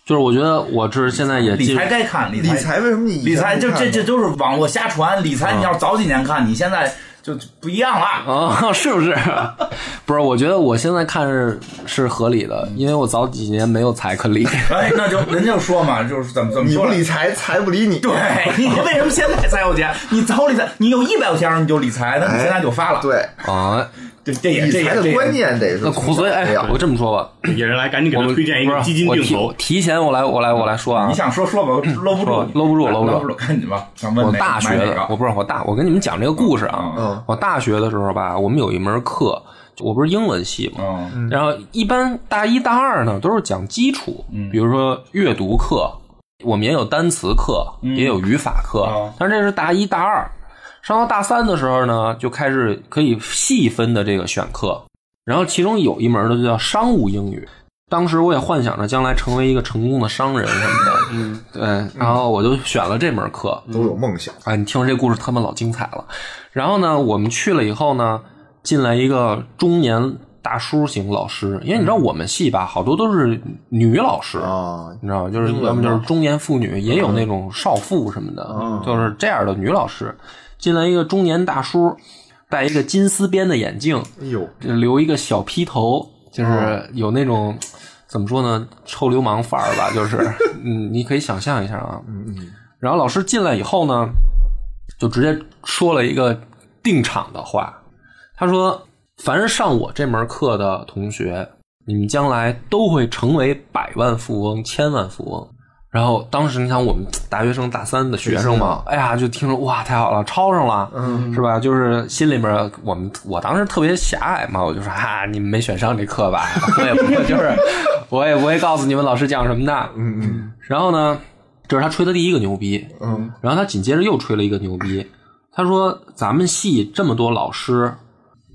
Speaker 2: 就是我觉得我是现在也
Speaker 1: 理
Speaker 2: 进入
Speaker 1: 财该看理
Speaker 3: 理财为什么你以前
Speaker 1: 理财就
Speaker 3: 不看啊
Speaker 1: 这
Speaker 3: 呢
Speaker 1: 这就是网络瞎传，理财你要早几年看，你现在就不一样了。
Speaker 2: 啊， 是不是？不是，我觉得我现在看是是合理的，
Speaker 4: 嗯
Speaker 2: 因为我早几年没有财可 理。
Speaker 1: 哎，那就人家就说嘛，就是怎么怎么
Speaker 3: 你
Speaker 1: 说
Speaker 3: 不
Speaker 1: 了
Speaker 3: 理财，财不理你。
Speaker 1: 对你为什么现在才有钱？你早理财，你有一百块钱你就理财，那你现在就发了。
Speaker 3: 哎对，
Speaker 2: 啊，
Speaker 1: 对，这也这
Speaker 3: 理财
Speaker 1: 也这
Speaker 3: 的
Speaker 1: 也
Speaker 3: 观念得是
Speaker 2: 那苦所以哎
Speaker 3: 哎，呀，
Speaker 2: 我这么说吧，
Speaker 4: 野人来赶紧给
Speaker 2: 我
Speaker 4: 他
Speaker 2: 们
Speaker 4: 推荐一
Speaker 2: 不
Speaker 4: 个
Speaker 2: 是
Speaker 4: 基金
Speaker 2: 我
Speaker 4: 定
Speaker 2: 提
Speaker 4: 投。
Speaker 2: 提前我来我来我来说啊，
Speaker 1: 你想说说吧，搂不住你，
Speaker 2: 啊搂不住搂
Speaker 1: 搂
Speaker 2: 不住
Speaker 1: 住，赶紧吧。想问
Speaker 2: 我
Speaker 1: 哪个
Speaker 2: 大学
Speaker 1: 买
Speaker 2: 的
Speaker 1: 哪，
Speaker 2: 我
Speaker 1: 个？
Speaker 2: 不是我大，我跟你们讲这个故事啊。
Speaker 3: 嗯
Speaker 2: 我大学的时候吧，我们有一门课，我不是英文系嘛，
Speaker 1: 嗯
Speaker 2: 然后一般大一大二呢都是讲基础，
Speaker 1: 嗯
Speaker 2: 比如说阅读课，我们也有单词课，
Speaker 1: 嗯
Speaker 2: 也有语法课
Speaker 1: 哦，
Speaker 2: 但是这是大一大二。上到大三的时候呢，就开始可以细分的这个选课，然后其中有一门呢就叫商务英语。当时我也幻想着将来成为一个成功的商人什么的，嗯，对，然后我就选了这门课，
Speaker 3: 都有梦想。
Speaker 2: 啊，你听这故事他妈老精彩了。然后呢，我们去了以后呢，进来一个中年大叔型老师，因为你知道我们系吧，好多都是女老师
Speaker 3: 啊
Speaker 2: 你知道吗？就是要么就是中年妇女，也有那种少妇什么的，就是这样的女老师。进来一个中年大叔，戴一个金丝边的眼镜，
Speaker 3: 哎呦，
Speaker 2: 这留一个小披头，就是有那种。怎么说呢？臭流氓范儿吧，就是，嗯，你可以想象一下啊，然后老师进来以后呢，就直接说了一个定场的话，他说：“凡是上我这门课的同学，你们将来都会成为百万富翁、千万富翁。”然后当时你想，我们大学生大三的学生嘛，哎呀，就听着哇，太好了，抄上了，嗯，是吧？就是心里面，我们我当时特别狭隘嘛，我就说啊，你们没选上这课吧？我也不会，就是我也不会告诉你们老师讲什么的，嗯嗯。然后呢，这是他吹的第一个牛逼，
Speaker 3: 嗯，
Speaker 2: 然后他紧接着又吹了一个牛逼，他说咱们系这么多老师，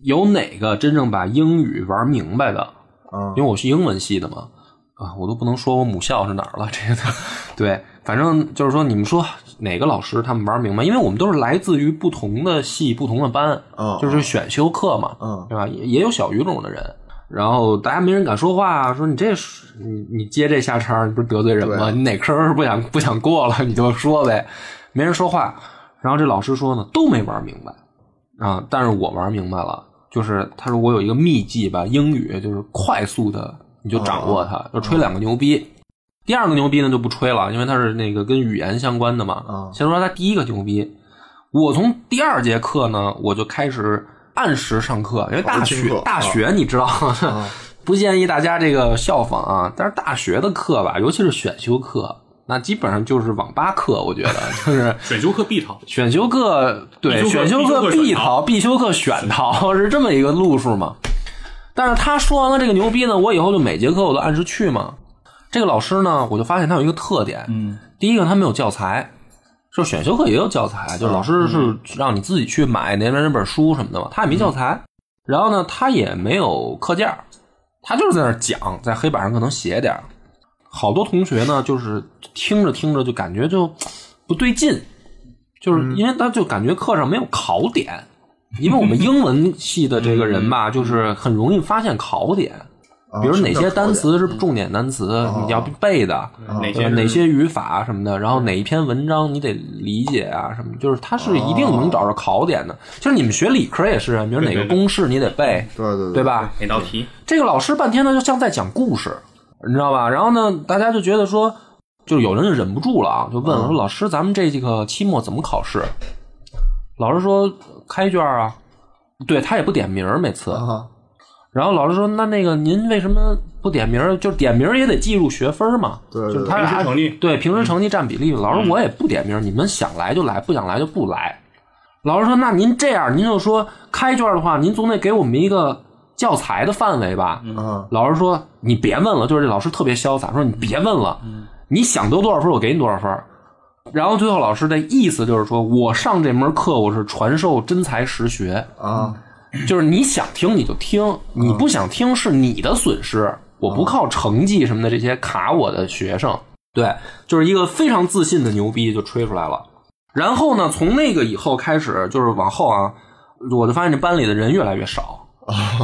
Speaker 2: 有哪个真正把英语玩明白的？
Speaker 3: 啊
Speaker 2: 因为我是英文系的嘛，啊，我都不能说我母校是哪儿了， 这个对，反正就是说，你们说哪个老师他们玩明白？因为我们都是来自于不同的系、不同的班，
Speaker 3: 啊
Speaker 2: 就是选修课嘛，
Speaker 3: 嗯
Speaker 2: 对吧？也也有小语种的人，然后大家没人敢说话，说你这是你你接这下茬儿，你不是得罪人吗？
Speaker 3: 对
Speaker 2: 你哪坑儿不想不想过了，你就说呗，没人说话。然后这老师说呢，都没玩明白啊，但是我玩明白了，就是他说我有一个秘技吧，英语就是快速的你就掌握它，就吹两个牛逼。第二个牛逼呢就不吹了，因为它是那个跟语言相关的嘛。
Speaker 3: 啊
Speaker 2: 先说他第一个牛逼，我从第二节课呢，我就开始按时上课，因为大
Speaker 3: 好好听
Speaker 2: 学
Speaker 3: 课啊
Speaker 2: 大学你知道， 不建议大家这个效仿啊。但是大学的课吧，尤其是选修课，那基本上就是网吧课，我觉得 就是。
Speaker 4: 选修课必逃。
Speaker 2: 选修课对
Speaker 4: 必修课
Speaker 2: 选修课
Speaker 4: 必修课
Speaker 2: 必
Speaker 4: 选
Speaker 2: 逃，
Speaker 4: 逃
Speaker 2: 必修课选逃 是这么一个路数嘛？但是他说完了这个牛逼呢，我以后就每节课我都按时去嘛。这个老师呢，我就发现他有一个特点，
Speaker 1: 嗯，
Speaker 2: 第一个他没有教材，就选修课也有教材，就老
Speaker 4: 嗯
Speaker 2: 师是让你自己去买那边那本书什么的嘛，他也
Speaker 4: 嗯
Speaker 2: 没教材，然后呢，他也没有课件儿，他就是在那儿讲，在黑板上可能写点儿。好多同学呢，就是听着听着就感觉就不对劲，就是
Speaker 3: 嗯
Speaker 2: 因为他就感觉课上没有考点，因为我们英文系的这个人吧，就是很容易发现考点，
Speaker 3: 啊
Speaker 2: 比如哪
Speaker 3: 嗯什么
Speaker 2: 些
Speaker 3: 叫
Speaker 2: 单
Speaker 3: 考嗯哦
Speaker 2: 词是重点单词，你要背的，
Speaker 4: 哪
Speaker 2: 对
Speaker 4: 些
Speaker 2: 吧啊呃哪
Speaker 4: 是
Speaker 2: 些语法什么的，然后哪一篇文章你得理解啊什么，就是它是一定能找着考点的。就是你们学理科也是啊，比如哪个
Speaker 4: 对对对
Speaker 2: 公式你得背，
Speaker 3: 对对
Speaker 2: 对？吧？
Speaker 4: 哪道题？
Speaker 2: 这个老师半天呢，就像在讲故事，你知道吧？然后呢，大家就觉得说，就有人就忍不住了啊，就问我说：“老师，咱们这几个期末怎么考试？”老师说：“开卷啊。”对他也不点名儿，每次。
Speaker 3: 啊
Speaker 2: 然后老师说：“那那个您为什么不点名儿？就是点名儿也得计入学分儿嘛。
Speaker 3: 对对
Speaker 2: 就是他
Speaker 4: 平时
Speaker 2: 按
Speaker 4: 成绩嗯
Speaker 2: 对平时成绩占比例。老师我也不点名儿，你们想来就来，不想来就不来。老师说：那您这样，您就说开卷的话，您总得给我们一个教材的范围吧？
Speaker 4: 嗯
Speaker 3: 啊
Speaker 2: 老师说：“你别问了。”就是这老师特别潇洒，说：“你别问了，你想得多少分，我给你多少分。”然后最后老师的意思就是说，我上这门课我是传授真才实学，
Speaker 3: 啊
Speaker 2: 就是你想听你就听，你不想听是你的损失，我不靠成绩什么的这些卡我的学生。对，就是一个非常自信的牛逼就吹出来了。然后呢，从那个以后开始，就是往后啊，我就发现这班里的人越来越少。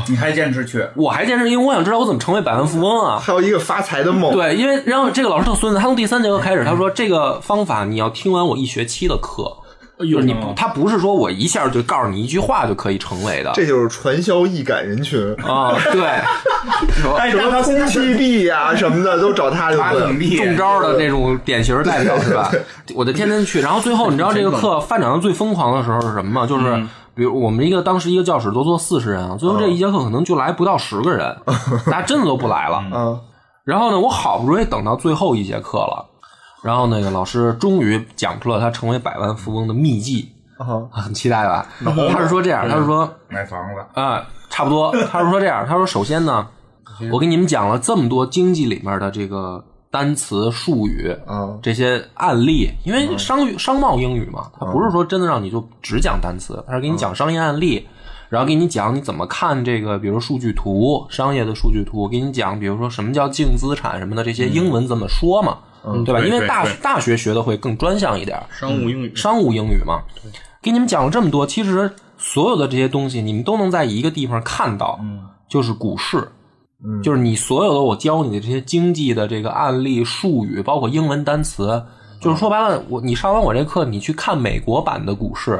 Speaker 1: 你还坚持去？
Speaker 2: 我还坚持，因为我想知道我怎么成为百万富翁啊！
Speaker 3: 还有一个发财的梦，
Speaker 2: 对，因为然后这个老师特孙子，他从第三节课开始，他说这个方法你要听完我一学期的课，就是你不他不是说我一下就告诉你一句话就可以成为的
Speaker 3: 这就是传销易感人群。
Speaker 2: 啊，对，
Speaker 1: 哎，
Speaker 3: 什
Speaker 1: 让
Speaker 3: 么
Speaker 1: 他
Speaker 3: 空气币呀、啊什么的都找他就
Speaker 1: 他怎么
Speaker 3: 对
Speaker 1: 地？
Speaker 2: 中招的那种典型代表是吧？我就天天去，然后最后你知道这个课发展到最疯狂的时候是什么吗？就是比如我们一个当时一个教室都坐四十人啊，最后这一节课可能就来不到十个人，大家真的都不来了。
Speaker 3: 啊
Speaker 2: 然后呢，我好不容易等到最后一节课了，然后那个老师终于讲出了他成为百万富翁的秘籍，
Speaker 3: 啊
Speaker 2: 啊很期待吧？他是说这样，他是说
Speaker 1: 买房子，
Speaker 2: 啊、差不 多，他是说这样，他说首先呢，我给你们讲了这么多经济里面的这个单词术语。
Speaker 3: 啊！
Speaker 2: 这些案例，因
Speaker 4: 啊
Speaker 2: 为商语、商贸英语嘛，它不是说真的让你就只讲单词，它是给你
Speaker 4: 啊
Speaker 2: 讲商业案例，然后给你讲你怎么看这个，比如数据图、商业的数据图，给你讲，比如说什么叫净资产什么的，这些英文怎么说嘛，对吧？
Speaker 4: 嗯对
Speaker 2: 因为
Speaker 4: 对
Speaker 2: 大
Speaker 4: 对
Speaker 2: 大学学的会更专项一点儿，
Speaker 4: 商务英语
Speaker 2: 商务英语嘛。给你们讲了这么多，其实所有的这些东西，你们都能在一个地方看到，
Speaker 4: 嗯
Speaker 2: 就是股市。就是你所有的我教你的这些经济的这个案例、术语，包括英文单词，
Speaker 4: 嗯
Speaker 2: 就是说白了，我你上完我这课，你去看美国版的股市，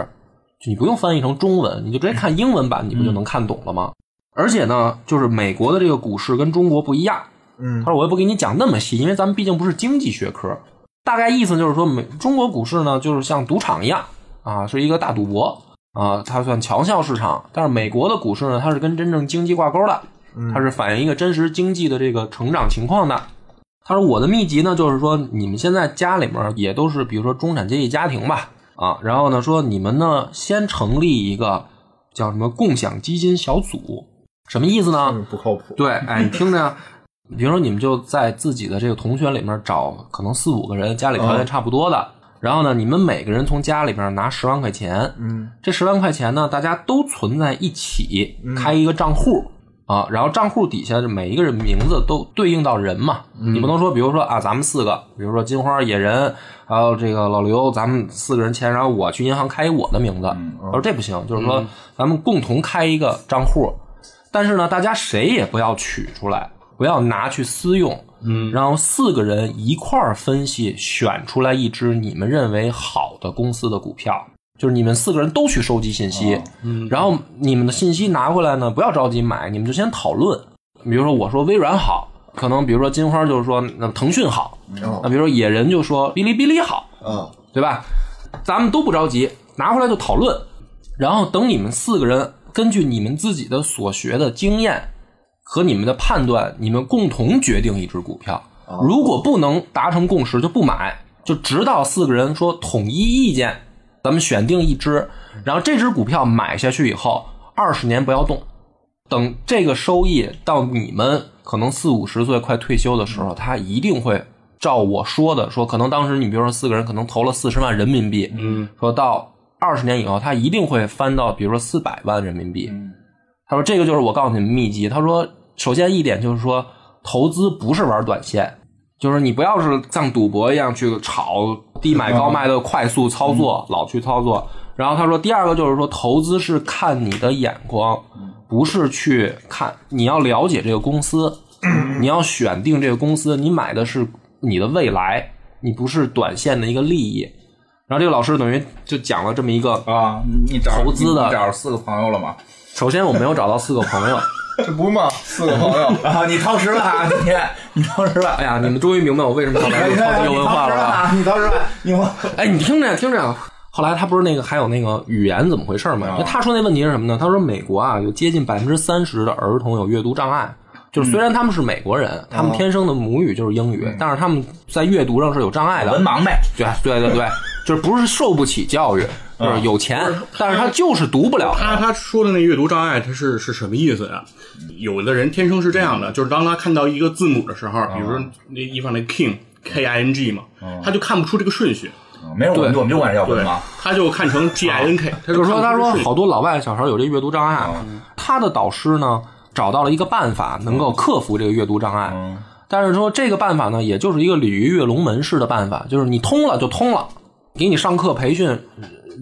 Speaker 2: 就你不用翻译成中文，你就直接看英文版，你不
Speaker 4: 嗯
Speaker 2: 就能看懂了吗？而且呢，就是美国的这个股市跟中国不一样。
Speaker 3: 嗯
Speaker 2: 他说我也不给你讲那么细，因为咱们毕竟不是经济学科。大概意思就是说，美中国股市呢，就是像赌场一样啊，是一个大赌博啊，它算强项市场。但是美国的股市呢，它是跟真正经济挂钩的，它是反映一个真实经济的这个成长情况的。他说我的秘籍呢，就是说你们现在家里面也都是，比如说中产阶级家庭吧，啊，然后呢说你们呢先成立一个叫什么共享基金小组，什么意思呢？
Speaker 3: 嗯不靠谱，
Speaker 2: 对，哎，你听着呀，比如说你们就在自己的这个同学里面找可能四五个人，家里条件差不多的，然后呢，你们每个人从家里边拿十万块钱，
Speaker 3: 嗯，
Speaker 2: 这十万块钱呢，大家都存在一起，开一个账户。啊，然后账户底下每一个人名字都对应到人嘛，你不能说，比如说啊，咱们四个，比如说金花、野人，还有这个老刘，咱们四个人签，然后我去银行开一我的名字，我说这不行，就是说咱们共同开一个账户，但是呢，大家谁也不要取出来，不要拿去私用，嗯，然后四个人一块儿分析，选出来一只你们认为好的公司的股票。就是你们四个人都去收集信息，然后你们的信息拿回来呢，不要着急买，你们就先讨论。比如说我说微软好，可能比如说金花就是说那腾讯好，那比如说野人就说哔哩哔哩好，
Speaker 3: 嗯，
Speaker 2: 对吧？咱们都不着急，拿回来就讨论，然后等你们四个人根据你们自己的所学的经验和你们的判断，你们共同决定一只股票。如果不能达成共识，就不买，就直到四个人说统一意见。咱们选定一只，然后这只股票买下去以后，二十年不要动，等这个收益到你们可能四五十岁快退休的时候，它一定会照我说的说，可能当时你比如说四个人可能投了四十万人民币，嗯，说到二十年以后，它一定会翻到比如说四百万人民币。他说这个就是我告诉你们秘籍。他说，首先一点就是说，投资不是玩短线。就是你不要是像赌博一样去炒低买高卖的快速操作，老去操作。然后他说，第二个就是说，投资是看你的眼光，不是去看。你要了解这个公司，你要选定这个公司，你买的是你的未来，你不是短线的一个利益。然后这个老师等于就讲了这么一个，
Speaker 1: 啊，你找
Speaker 2: 投资的
Speaker 1: 你找四个朋友了吗？
Speaker 2: 首先我没有找到四个朋友，
Speaker 3: 这不嘛，四个朋友
Speaker 1: 啊，你超时了啊，今天你超时了
Speaker 2: 哎。呀，你们终于明白我为什么要来这
Speaker 1: 你
Speaker 2: 个超级有文化了
Speaker 1: 了
Speaker 2: 吧？
Speaker 1: 啊！你当时你我
Speaker 2: 哎，你听着，听着。后来他不是那个还有那个语言怎么回事嘛？因为他说那问题是什么呢？他说美国啊，有接近百分之三十的儿童有阅读障碍，就是虽然他们是美国人，他们天生的母语就是英语，但是他们在阅读上是有障碍的。
Speaker 1: 啊文盲呗，
Speaker 2: 对对对对，就是不是受不起教育，就是有钱，但是他就是读不了。
Speaker 4: 他他说的那阅读障碍，他是是什么意思呀、有的人天生是这样的，就是当他看到一个字母的时候，比如
Speaker 2: 啊
Speaker 4: 说那一方那 king k i n g 嘛，他就看不出这个顺序，
Speaker 1: 没事，我们就我们就管这叫
Speaker 4: 对
Speaker 1: 文盲。，
Speaker 4: 他就看成 g i n k，他
Speaker 2: 就是嗯
Speaker 4: 就
Speaker 2: 说，啊他
Speaker 4: 看不
Speaker 2: 说
Speaker 4: 出这个顺序
Speaker 2: 好多老外小孩有这阅读障碍，啊他的导师呢找到了一个办法，能够克服这个阅读障碍。但是说这个办法呢，也就是一个鲤鱼跃龙门式的办法，就是你通了就通了，给你上课培训，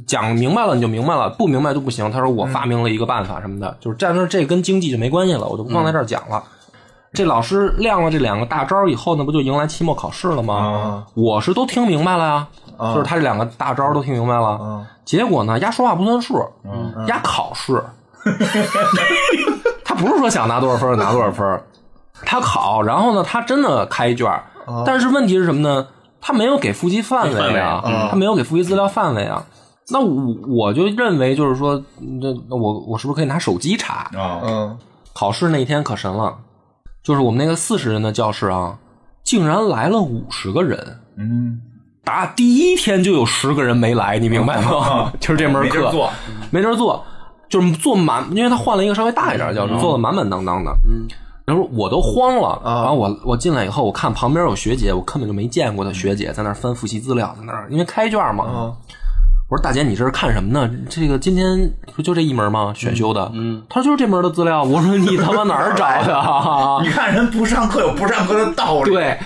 Speaker 2: 讲明白了你就明白了，不明白就不行。他说我发明了一个办法什么的，就是但是这跟经济就没关系了，我就不放在这儿讲了。这老师亮了这两个大招以后，那不就迎来期末考试了吗？我是都听明白了呀、就是他这两个大招都听明白了。结果呢，丫说话不算数，丫、考试， 他不是说想拿多少分儿拿多少分儿，他考，然后呢，他真的开卷儿，但是问题是什么呢？他没有给复习范
Speaker 4: 没范
Speaker 2: 围
Speaker 4: 围
Speaker 2: 啊，
Speaker 4: 嗯
Speaker 2: 他没有给复习资料范围啊。那我我就认为就是说，那那我我是不是可以拿手机查？
Speaker 1: 啊，
Speaker 3: 嗯，
Speaker 2: 考试那天可神了，就是我们那个四十人的教室啊，竟然来了五十个人。
Speaker 1: 嗯，
Speaker 2: 打第一天就有十个人没来，你明白 吗？就是这门
Speaker 1: 啊没地
Speaker 2: 课
Speaker 1: 儿坐，
Speaker 2: 没地儿坐，就是坐满，因为他换了一个稍微大一点的教
Speaker 1: 嗯
Speaker 2: 室，坐的满满当当的。嗯，然后我都慌了，然后我我进来以后，我看旁边有学姐，我根本就没见过的学姐在那儿翻复习资料，在那儿因为开卷嘛。我说大姐，你这是看什么呢？这个今天不就这一门吗？选修的。嗯，她说就是这门的资料。我说你他妈哪儿找的啊？
Speaker 1: 你看人不上课有不上课的道理。，
Speaker 2: 对，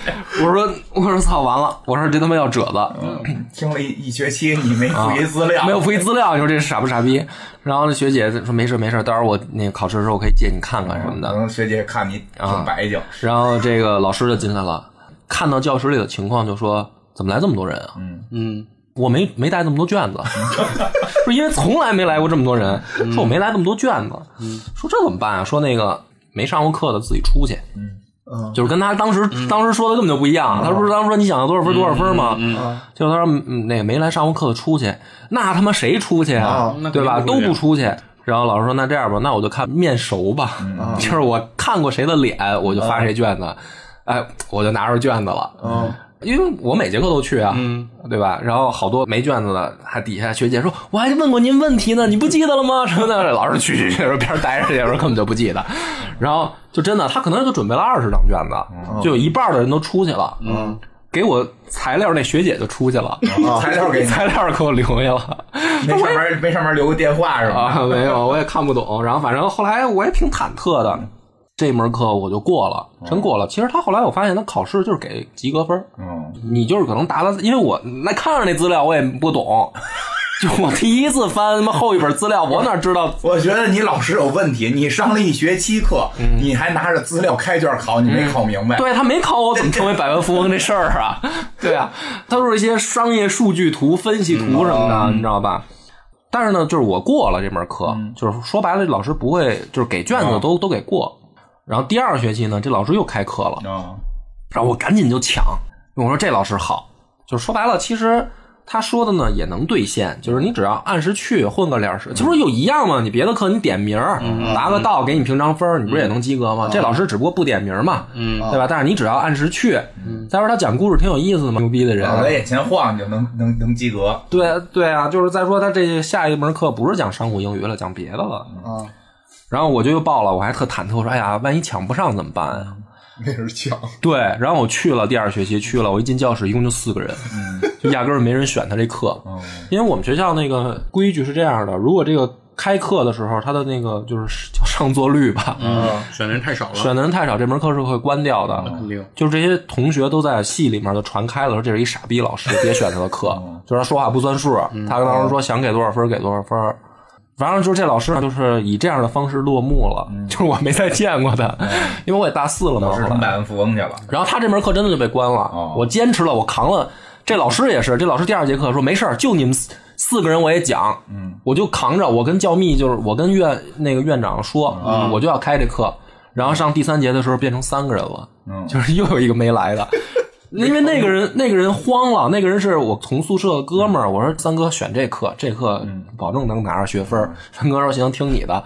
Speaker 2: 我说我说操，完了，我说这他妈要褶子。
Speaker 1: 嗯听了一一学期，你没复习资料，
Speaker 2: 嗯啊没有复习资料，你说这傻不傻逼？然后那学姐说没事没事，到时候我那个考试的时候我可以借你看看什么
Speaker 1: 可
Speaker 2: 的。啊
Speaker 1: 能嗯学姐看你挺白净，
Speaker 2: 然后这个老师就进来了，看到教室里的情况就说：“怎么来这么多人啊？”
Speaker 4: 嗯，
Speaker 2: 我没没带那么多卷 子，说因为从来没来过这么多人，说我没来那么多卷子，
Speaker 4: 嗯
Speaker 2: 说这怎么办啊？说那个没上过课的自己出去，嗯，就是跟他当时当时说的根本就不一
Speaker 4: 嗯
Speaker 2: 样，他不是当时说你想要多少分多少分吗？结果他说嗯那个没来上过课的出去，那他妈谁出去啊
Speaker 4: 那？
Speaker 2: 对吧？
Speaker 4: 肯定
Speaker 2: 都
Speaker 4: 不
Speaker 2: 不出
Speaker 4: 出去
Speaker 2: 去。然后老师说：“那这样吧，那我就看面熟吧，就是我看过谁的脸，我就发谁卷子。哎，我就拿着卷子了。因为我每节课都去啊，
Speaker 1: 嗯
Speaker 2: 对吧？然后好多没卷子的，还底下学姐说我还问过您问题呢，你不记得了吗？ 什么的，老师去去去，说边儿待着去，说根本就不记得。然后就真的，他可能就准备了二十张卷
Speaker 1: 嗯
Speaker 2: 子，就有一半的人都出去了。嗯，给我材料那学姐就出去了，
Speaker 1: 嗯 材料给你，
Speaker 2: 材料给我留下了。
Speaker 1: 没上班没上班留个电话是吧？
Speaker 2: 啊 啊，没有，我也看不懂。然后反正后来我也挺忐忑的，这门课我就过了，真过了。其实他后来我发现，他考试就是给及格分儿，
Speaker 1: 嗯，
Speaker 2: 你就是可能答了，因为我那看着那资料我也 不懂，就我第一次翻他妈后一本资料，我哪知道
Speaker 1: 我觉得你老师有问题，你上了一学期课，你还拿着资料开卷考，你没考明白。
Speaker 2: 嗯对他没考我怎么成为百万富翁这事儿啊？ 对啊，他都是一些商业数据图、分析图什么的，你知道吧？但是呢，就是我过了这门课，就是说白了，老师不会就是给卷子都、都给过。然后第二学期呢，这老师又开课了，
Speaker 1: 啊，
Speaker 2: 然后我赶紧就抢，我说这老师好，就说白了，其实他说的呢也能兑现，就是你只要按时去混个脸时，就是有一样嘛，你别的课你点名儿
Speaker 4: 嗯
Speaker 2: 答个到，给你平常分儿，你不是也能及格吗？这老师只不过不点名儿嘛，
Speaker 4: 嗯
Speaker 2: 对吧？但是你只要按时去，再说他讲故事挺有意思的嘛，牛逼的人，
Speaker 1: 脑袋眼前晃就能能能及格。
Speaker 2: 对对啊，就是再说他这下一门课不是讲商务英语了，讲别的了，
Speaker 4: 嗯
Speaker 3: 啊，
Speaker 2: 然后我就又报了，我还特忐忑，我说哎呀，万一抢不上怎么办啊？
Speaker 3: 那是抢，
Speaker 2: 对，然后我去了第二学期，去了，我一进教室，一共就四个人，
Speaker 4: 嗯
Speaker 2: 就压根儿没人选他这课，
Speaker 4: 哦
Speaker 2: 因为我们学校那个规矩是这样的，如果这个开课的时候，他的那个就是叫上座率吧，
Speaker 4: 嗯，选的人太少了，
Speaker 2: 选的人太少，这门课是会关掉的。
Speaker 4: 肯定
Speaker 2: 就是这些同学都在系里面就传开了，说这是一傻逼老师，别选他的课，
Speaker 4: 哦
Speaker 2: 就是他说话不算数。
Speaker 4: 嗯
Speaker 2: 他当时说想给多少分儿给多少分儿，反正就是这老师呢就是以这样的方式落幕了，
Speaker 4: 嗯
Speaker 2: 就是我没再见过他，因为我也大四了嘛。
Speaker 1: 老师
Speaker 2: 后
Speaker 1: 成
Speaker 2: 来
Speaker 1: 百万富翁去了，
Speaker 2: 然后他这门课真的就被关了。
Speaker 1: 哦
Speaker 2: 我坚持了，我扛了。这老师也是，这老师第二节课说没事儿，就你们四四个人我也讲，嗯，我就扛着。我跟教秘就是我跟院那个院长说，
Speaker 1: 嗯
Speaker 2: 嗯我就要开这课。然后上第三节的时候变成三个人了，
Speaker 1: 嗯
Speaker 2: 就是又有一个没 来的。因为那个人，那个人慌了，那个人是我同宿舍的哥们儿。我说三哥选这课，这课
Speaker 1: 嗯
Speaker 2: 保证能拿着学分儿。三哥说行，听你的。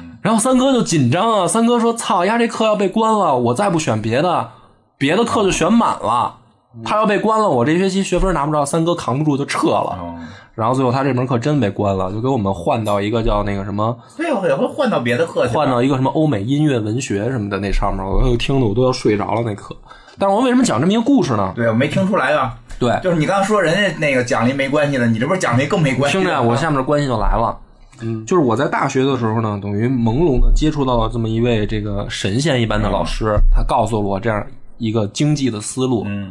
Speaker 1: 嗯
Speaker 2: 然后三哥就紧张啊，三哥说操呀，这课要被关了，我再不选别的，别的课就选满了。他要被关了，我这学期学分拿不着，三哥扛不住就撤了。
Speaker 1: 嗯，
Speaker 2: 然后最后他这门课真被关了，就给我们换到一个叫那个什么，
Speaker 1: 对，啊我也会换到别的课去。
Speaker 2: 换到一个什么欧美音乐文学什么的那上面，我听的我都要睡着了那课。但是我为什么讲这么一个故事呢？
Speaker 1: 对，我没听出来啊。
Speaker 2: 对，
Speaker 1: 就是你刚刚说人家那个奖励没关系的，你这不是奖励更没关系？啊
Speaker 2: 听啊着，我下面的关系就来了。嗯，就是我在大学的时候呢，等于朦胧的接触到了这么一位这个神仙一般的
Speaker 1: 嗯
Speaker 2: 老师，他告诉了我这样一个经济的思路。
Speaker 1: 嗯，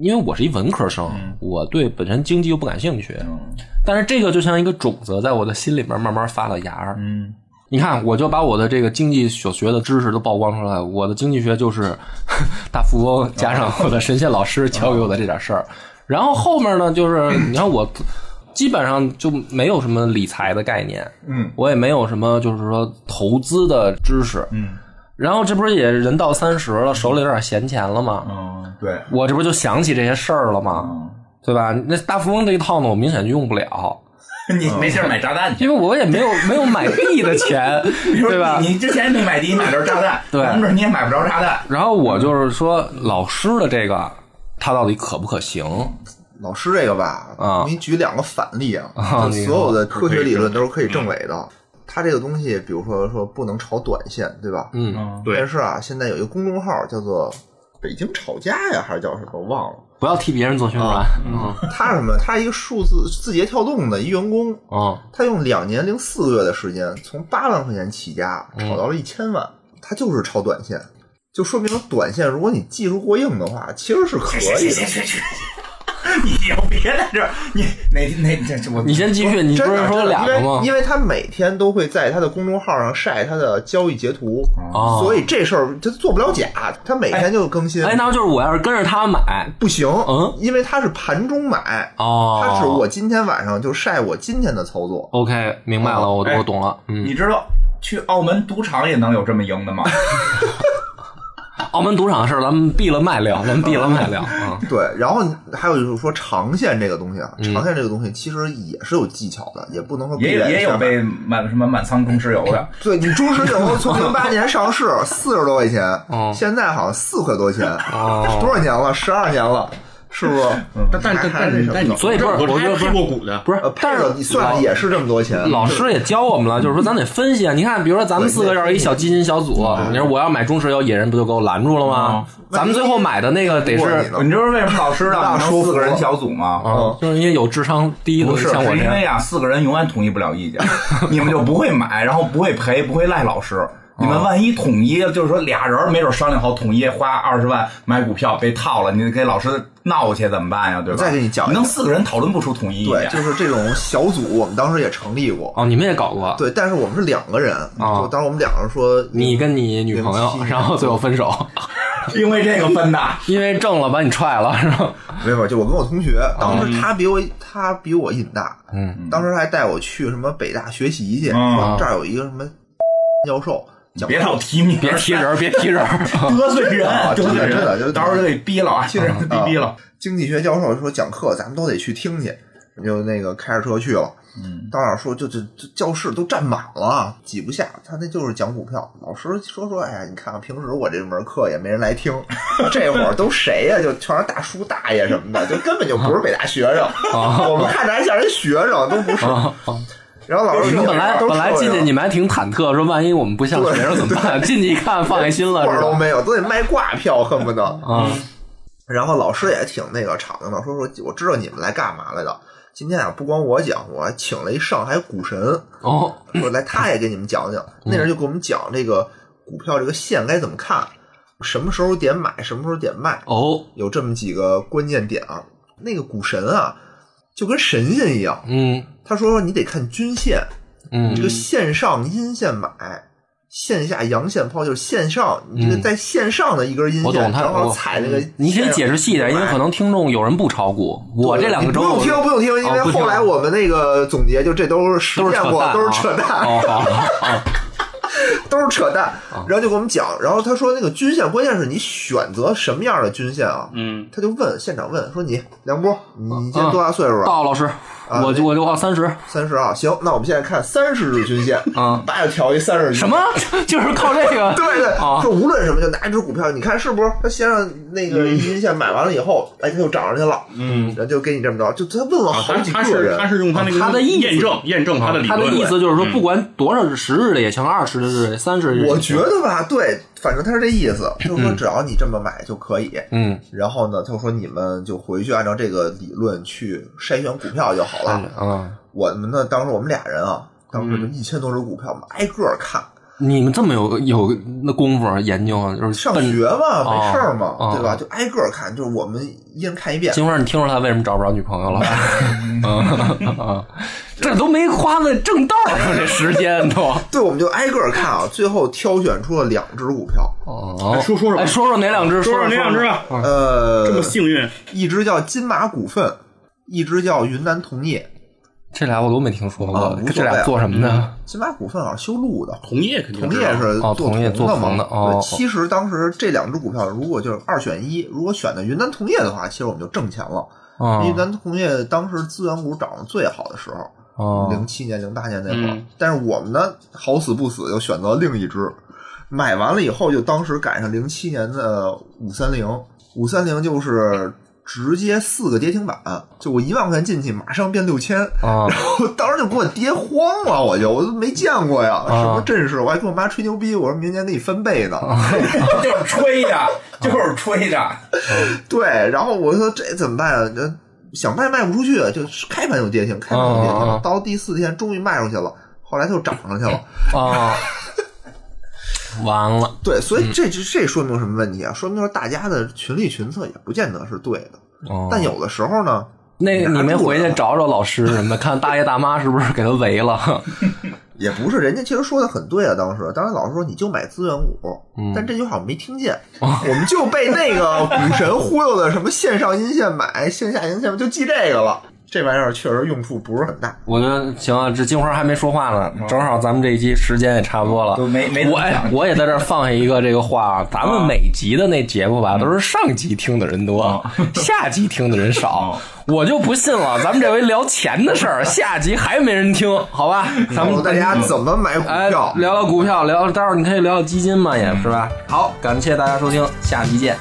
Speaker 2: 因为我是一文科生，我对本身经济又不感兴趣，
Speaker 1: 嗯
Speaker 2: 但是这个就像一个种子，在我的心里面慢慢发了芽儿。
Speaker 1: 嗯，
Speaker 2: 你看，我就把我的这个经济所学的知识都曝光出来。我的经济学就是 大富翁加上我的神仙老师教给我的这点事儿。然后后面呢，就是你看我基本上就没有什么理财的概念，
Speaker 3: 嗯，
Speaker 2: 我也没有什么就是说投资的知识，
Speaker 1: 嗯。
Speaker 2: 然后这不是也人到三十了，手里有点闲钱了吗？
Speaker 1: 嗯，对，
Speaker 2: 我这不就想起这些事儿了吗？
Speaker 1: 嗯，
Speaker 2: 对吧？那大富翁这一套呢，我明显就用不了，
Speaker 1: 你没事儿买炸弹去，
Speaker 2: 因为我也没有没有买地的钱，
Speaker 1: 比如
Speaker 2: 对吧？
Speaker 1: 你之前没买地，你买的是炸弹，
Speaker 2: 对
Speaker 1: 没准你也买不着炸弹。
Speaker 2: 然后我就是说，老师的这个他到底可不可行？
Speaker 3: 老师这个吧，
Speaker 2: 啊
Speaker 3: 我给你举两个反例啊，
Speaker 2: 啊
Speaker 3: 就
Speaker 2: 你嗯
Speaker 3: 所有的科学理论都是可以证伪的。它这个东西，比如说说不能炒短线，对吧？
Speaker 2: 嗯，
Speaker 1: 嗯，
Speaker 4: 对
Speaker 3: 但是啊，现在有一个公众号叫做“北京吵架”呀，还是叫什么？我忘了。
Speaker 2: 不要替别人做宣传。嗯
Speaker 3: 它是什么？它是一个数字字节跳动的一员工，
Speaker 2: 嗯
Speaker 3: 他用两年零四个月的时间，从八万块钱起家，
Speaker 2: 嗯
Speaker 3: 炒到了一千万。他就是炒短线，就说明短线，如果你技术过硬的话，其实是可
Speaker 1: 去
Speaker 3: 以
Speaker 1: 去去去
Speaker 3: 的。
Speaker 1: 去，你就别在这儿，你哪哪这这我
Speaker 2: 你先继续， 你
Speaker 3: 真
Speaker 2: 不是
Speaker 3: 的，
Speaker 2: 说
Speaker 3: 真的
Speaker 2: 俩个
Speaker 3: 因
Speaker 2: 吗
Speaker 3: 为？因为他每天都会在他的公众号上晒他的交易截图，
Speaker 2: 哦
Speaker 3: 所以这事儿他做不了假，他每天就更新。
Speaker 2: 哎，那就是我要是跟着他买
Speaker 3: 不行，
Speaker 2: 嗯
Speaker 3: 因为他是盘中买，
Speaker 2: 哦，
Speaker 3: 他是我今天晚上就晒我今天的操作。
Speaker 2: OK，明白了，我
Speaker 1: 哎
Speaker 2: 我懂了。嗯，
Speaker 1: 你知道去澳门赌场也能有这么赢的 吗？
Speaker 2: 澳门赌场的事儿咱们闭了麦聊，咱们闭了麦 聊。嗯
Speaker 3: 对，然后还有就是说长线这个东西啊，长线这个东西其实也是有技巧的，也不能说
Speaker 1: 也有
Speaker 3: 必然
Speaker 1: 也有
Speaker 3: 上
Speaker 1: 被满什么满仓中石油 的，
Speaker 3: 对你中石油从零八年上市，四十多块钱，
Speaker 2: 嗯
Speaker 3: 现在好像四块多钱，
Speaker 2: 哦嗯
Speaker 3: 多少年了？十二年了，是不是？
Speaker 4: 但但
Speaker 3: 还
Speaker 4: 但
Speaker 3: 还是
Speaker 4: 但
Speaker 3: 什
Speaker 4: 但你
Speaker 3: 么？
Speaker 2: 所以不是我觉得不
Speaker 4: 还
Speaker 2: 是
Speaker 4: 配过股的，
Speaker 2: 不是
Speaker 3: 呃，，
Speaker 2: 但
Speaker 3: 配
Speaker 2: 是
Speaker 3: 了你算了也是这么多钱。
Speaker 2: 老师也教我们了，就是说咱得分析啊。你看，比如说咱们四个要是一小基金小组，你说我要买中石油，野人不就给我拦住了吗？咱们最后买的那个得
Speaker 3: 过你
Speaker 2: 是，
Speaker 3: 呢
Speaker 1: 你知道为什么老师让你能四个人小组吗？
Speaker 2: 嗯就是因为有智商低的
Speaker 1: 不是，
Speaker 2: 像我
Speaker 1: 是因
Speaker 2: 这样
Speaker 1: 为。啊，四个人永远统一不了意见，你们就不会买，然后不会赔，不会赖老师。你
Speaker 2: 哦
Speaker 1: 们万一统一，就是说俩人没准商量好统一花二十万买股票被套了，你给老师闹去怎么办呀？对吧？
Speaker 3: 再给你讲一
Speaker 1: 你
Speaker 3: 个
Speaker 1: 弄四个人讨论不出统一意
Speaker 3: 对
Speaker 1: 见，，
Speaker 3: 就是这种小组，我们当时也成立过。
Speaker 2: 哦，你们也搞过？
Speaker 3: 对，但是我们是两个人，
Speaker 2: 啊
Speaker 3: 就当时我们两个人说，
Speaker 2: 你跟你女朋
Speaker 3: 零
Speaker 2: 友，
Speaker 3: 七
Speaker 2: 然后最后分手，
Speaker 1: 因为这个分的。
Speaker 2: 因为挣了把你踹了，是吧？
Speaker 3: 没有，就我跟我同学，当
Speaker 1: 嗯
Speaker 3: 时他比我他比我瘾大，
Speaker 2: 嗯，
Speaker 3: 当时还带我去什么北大学习去，
Speaker 1: 嗯
Speaker 3: 说这儿有一个什么教授讲
Speaker 1: 别老提名，
Speaker 2: 别提人儿，别提人儿。
Speaker 1: 得罪人，得
Speaker 3: 啊真的
Speaker 1: 罪
Speaker 3: 真的就
Speaker 1: 人，
Speaker 3: 是
Speaker 1: 到时候 就给逼了啊！现在逼逼了，
Speaker 3: 经济学教授说讲课，咱们都得去听去，我们就那个开着车去了。
Speaker 1: 嗯，
Speaker 3: 到那儿说就就就教室都站满了，挤不下。他那就是讲股票，老师说说，哎呀，你看看平时我这门课也没人 来听，这会儿都谁呀、就全是大叔大爷什么的，就根本就不是北大学 生。
Speaker 2: 哦
Speaker 3: 我们看着还像人学生，都不是。然后老师
Speaker 2: 你
Speaker 3: 说，
Speaker 2: 们本来
Speaker 3: 都是
Speaker 2: 本来
Speaker 3: 社会
Speaker 2: 进去
Speaker 3: 人
Speaker 2: 你们还挺忐忑，说万一我们不像学生怎么办？进去一看放下心了，
Speaker 3: 罐
Speaker 2: 是
Speaker 3: 儿都
Speaker 2: 吧？
Speaker 3: 没有，嗯都得卖挂票，恨不得。
Speaker 2: 啊，
Speaker 3: 然后老师也挺那个敞亮的，说说我知道你们来干嘛来的。今天啊，不光我讲，我还请了一上海股神，
Speaker 2: 哦，
Speaker 3: 说来他也给你们讲讲。那人就给我们讲这个股票这个线该怎么看，什么时候点买，什么时候点卖，
Speaker 2: 哦，
Speaker 3: 有这么几个关键点啊。那个股神啊，就跟神仙一样，
Speaker 2: 嗯
Speaker 3: 他说你得看均线，你
Speaker 2: 嗯
Speaker 3: 这个线上阴线买，线下阳线抛，就是线上你这个
Speaker 2: 嗯
Speaker 3: 在线上的一根阴
Speaker 2: 我懂
Speaker 3: 线，
Speaker 2: 他
Speaker 3: 正好
Speaker 2: 我嗯
Speaker 3: 踩那个。
Speaker 2: 你可以解释细一点，因为可能听众有人不炒股，我这两个周
Speaker 3: 嗯你不用听，不用听，因为
Speaker 2: 哦不听
Speaker 3: 后来我们那个总结，就这都是实
Speaker 2: 都是
Speaker 3: 践
Speaker 2: 扯
Speaker 3: 过，
Speaker 2: 淡，
Speaker 3: 都是扯淡，
Speaker 2: 哦，好，好，
Speaker 3: 都是扯淡。然后就给我们讲，然后他说那个均线，关键是你选择什么样的均线啊？
Speaker 4: 嗯，
Speaker 3: 他就问现场问说你梁波，你你
Speaker 2: 嗯
Speaker 3: 今年多大岁数啊？
Speaker 2: 到老师，我就我就我三十，
Speaker 3: 三十啊，行，那我们现在看三十日均线
Speaker 2: 啊，
Speaker 3: 叭就调一三十日。
Speaker 2: 什么？ 就是靠这个，
Speaker 3: 对对，
Speaker 2: 啊
Speaker 3: 说无论什么，就拿一只股票，你看是不是？他先让
Speaker 2: 嗯
Speaker 3: 那个阴线买完了以后，哎，它又涨上去了，嗯，然后就给你这么着，就他问了
Speaker 4: 啊，
Speaker 3: 好
Speaker 4: 他
Speaker 3: 几
Speaker 4: 他
Speaker 3: 个
Speaker 4: 是
Speaker 3: 人，
Speaker 4: 他是用他那个
Speaker 2: 啊他的意思啊
Speaker 4: 验证验证他的理
Speaker 2: 他
Speaker 4: 论，嗯
Speaker 2: 的意思就是说，不管多少十日的也行，二十日的也三十日也行，
Speaker 3: 我觉得吧，对，反正他是这意思，就是说只要你这么买就可以。
Speaker 2: 嗯，
Speaker 3: 然后呢，他说你们就回去按照这个理论去筛选股票就好了。
Speaker 2: 啊，嗯
Speaker 3: 我们呢，当时我们俩人啊，当时就一千多只股票，我们挨个儿看。
Speaker 2: 你们这么有有那功夫研究啊，就是
Speaker 3: 上
Speaker 2: 奔
Speaker 3: 学嘛，没事儿嘛，
Speaker 2: 哦
Speaker 3: 对吧？就挨个儿看，就是我们一人看一遍。
Speaker 2: 金花，你听说他为什么找不着女朋 友了？啊，这都没花在正道啊 上，这时间都。
Speaker 3: 对，我们就挨个儿看啊，最后挑选出了两只股票，
Speaker 2: 哦，
Speaker 4: 说说说吧
Speaker 2: 哎说说哪两只？
Speaker 4: 说
Speaker 2: 说
Speaker 4: 说那两只
Speaker 2: 说
Speaker 4: 啊，这么
Speaker 3: 呃，
Speaker 4: 幸运，
Speaker 3: 一只叫金马股份，一只叫云南铜业。
Speaker 2: 这俩我都没听说
Speaker 3: 啊
Speaker 2: 过
Speaker 3: 无所，谓
Speaker 2: 这俩做什么的？
Speaker 3: 金马股份好像修路的，
Speaker 4: 同业肯定
Speaker 3: 铜
Speaker 4: 知
Speaker 3: 业
Speaker 4: 道
Speaker 3: 是
Speaker 2: 哦
Speaker 3: 做
Speaker 2: 铜业做
Speaker 3: 的嘛？
Speaker 2: 铜的哦
Speaker 3: 对，其实当时这两只股票如果就是二选一，如果选的云南铜业的话，其实我们就挣钱了。
Speaker 2: 啊
Speaker 3: 因为咱同业当时资源股涨得最好的时候，
Speaker 2: 哦
Speaker 3: 零七年、零八年那会儿
Speaker 4: 嗯，
Speaker 3: 但是我们呢，好死不死又选择另一只，买完了以后就当时赶上零七年的五三零，五三零就是直接四个跌停板，就我一万块钱进去，马上变六千，
Speaker 2: 啊
Speaker 3: 然后当时就给我跌慌了，我就我都没见过呀，
Speaker 2: 啊
Speaker 3: 什么阵势，我还跟我妈吹牛逼，我说明年给你翻倍呢。
Speaker 2: 啊
Speaker 1: 就是吹的，就是吹的。
Speaker 3: 对，然后我说这怎么办啊？这想卖卖不出去，就是开盘就跌停，开盘就跌停
Speaker 2: 啊啊
Speaker 3: 了
Speaker 2: 啊。
Speaker 3: 到第四天终于卖出去了，后来它又涨上去了。
Speaker 2: 哦， 完了，
Speaker 3: 对，所
Speaker 2: 嗯
Speaker 3: 以这这这说明什么问题啊？说明就是大家的群力群策也不见得是对的，
Speaker 2: 哦
Speaker 3: 但有的时候呢，
Speaker 2: 那个你没回去
Speaker 3: 啊
Speaker 2: 找找老师什么的，看大爷大妈是不是给他围了？
Speaker 3: 也不是人家其实说的很对啊。当时，当时老师说你就买资源股，
Speaker 2: 嗯
Speaker 3: 但这句话我没听见，
Speaker 2: 哦
Speaker 3: 我们就被那个股神忽悠的什么线上阴线买，线下阴线买就记这个了。这玩意儿确实用处不是很大。
Speaker 2: 我觉得行啊，这金花还没说话呢，正好咱们这一期时间也差不多了，
Speaker 1: 都没没怎么
Speaker 2: 我哎
Speaker 1: 讲
Speaker 2: 我也在这儿放下一个这个话啊，咱们每集的那节目吧，都是上集听的人多， 下集听的人少，我就不信了，咱们这回聊钱的事儿，下集还没人听，好吧？咱
Speaker 3: 告
Speaker 2: 们
Speaker 3: 诉大家怎么买股
Speaker 2: 哎
Speaker 3: 票
Speaker 2: 聊。聊股票，聊待会儿你可以聊聊基金嘛，也是吧？好，感谢大家收听，下集见。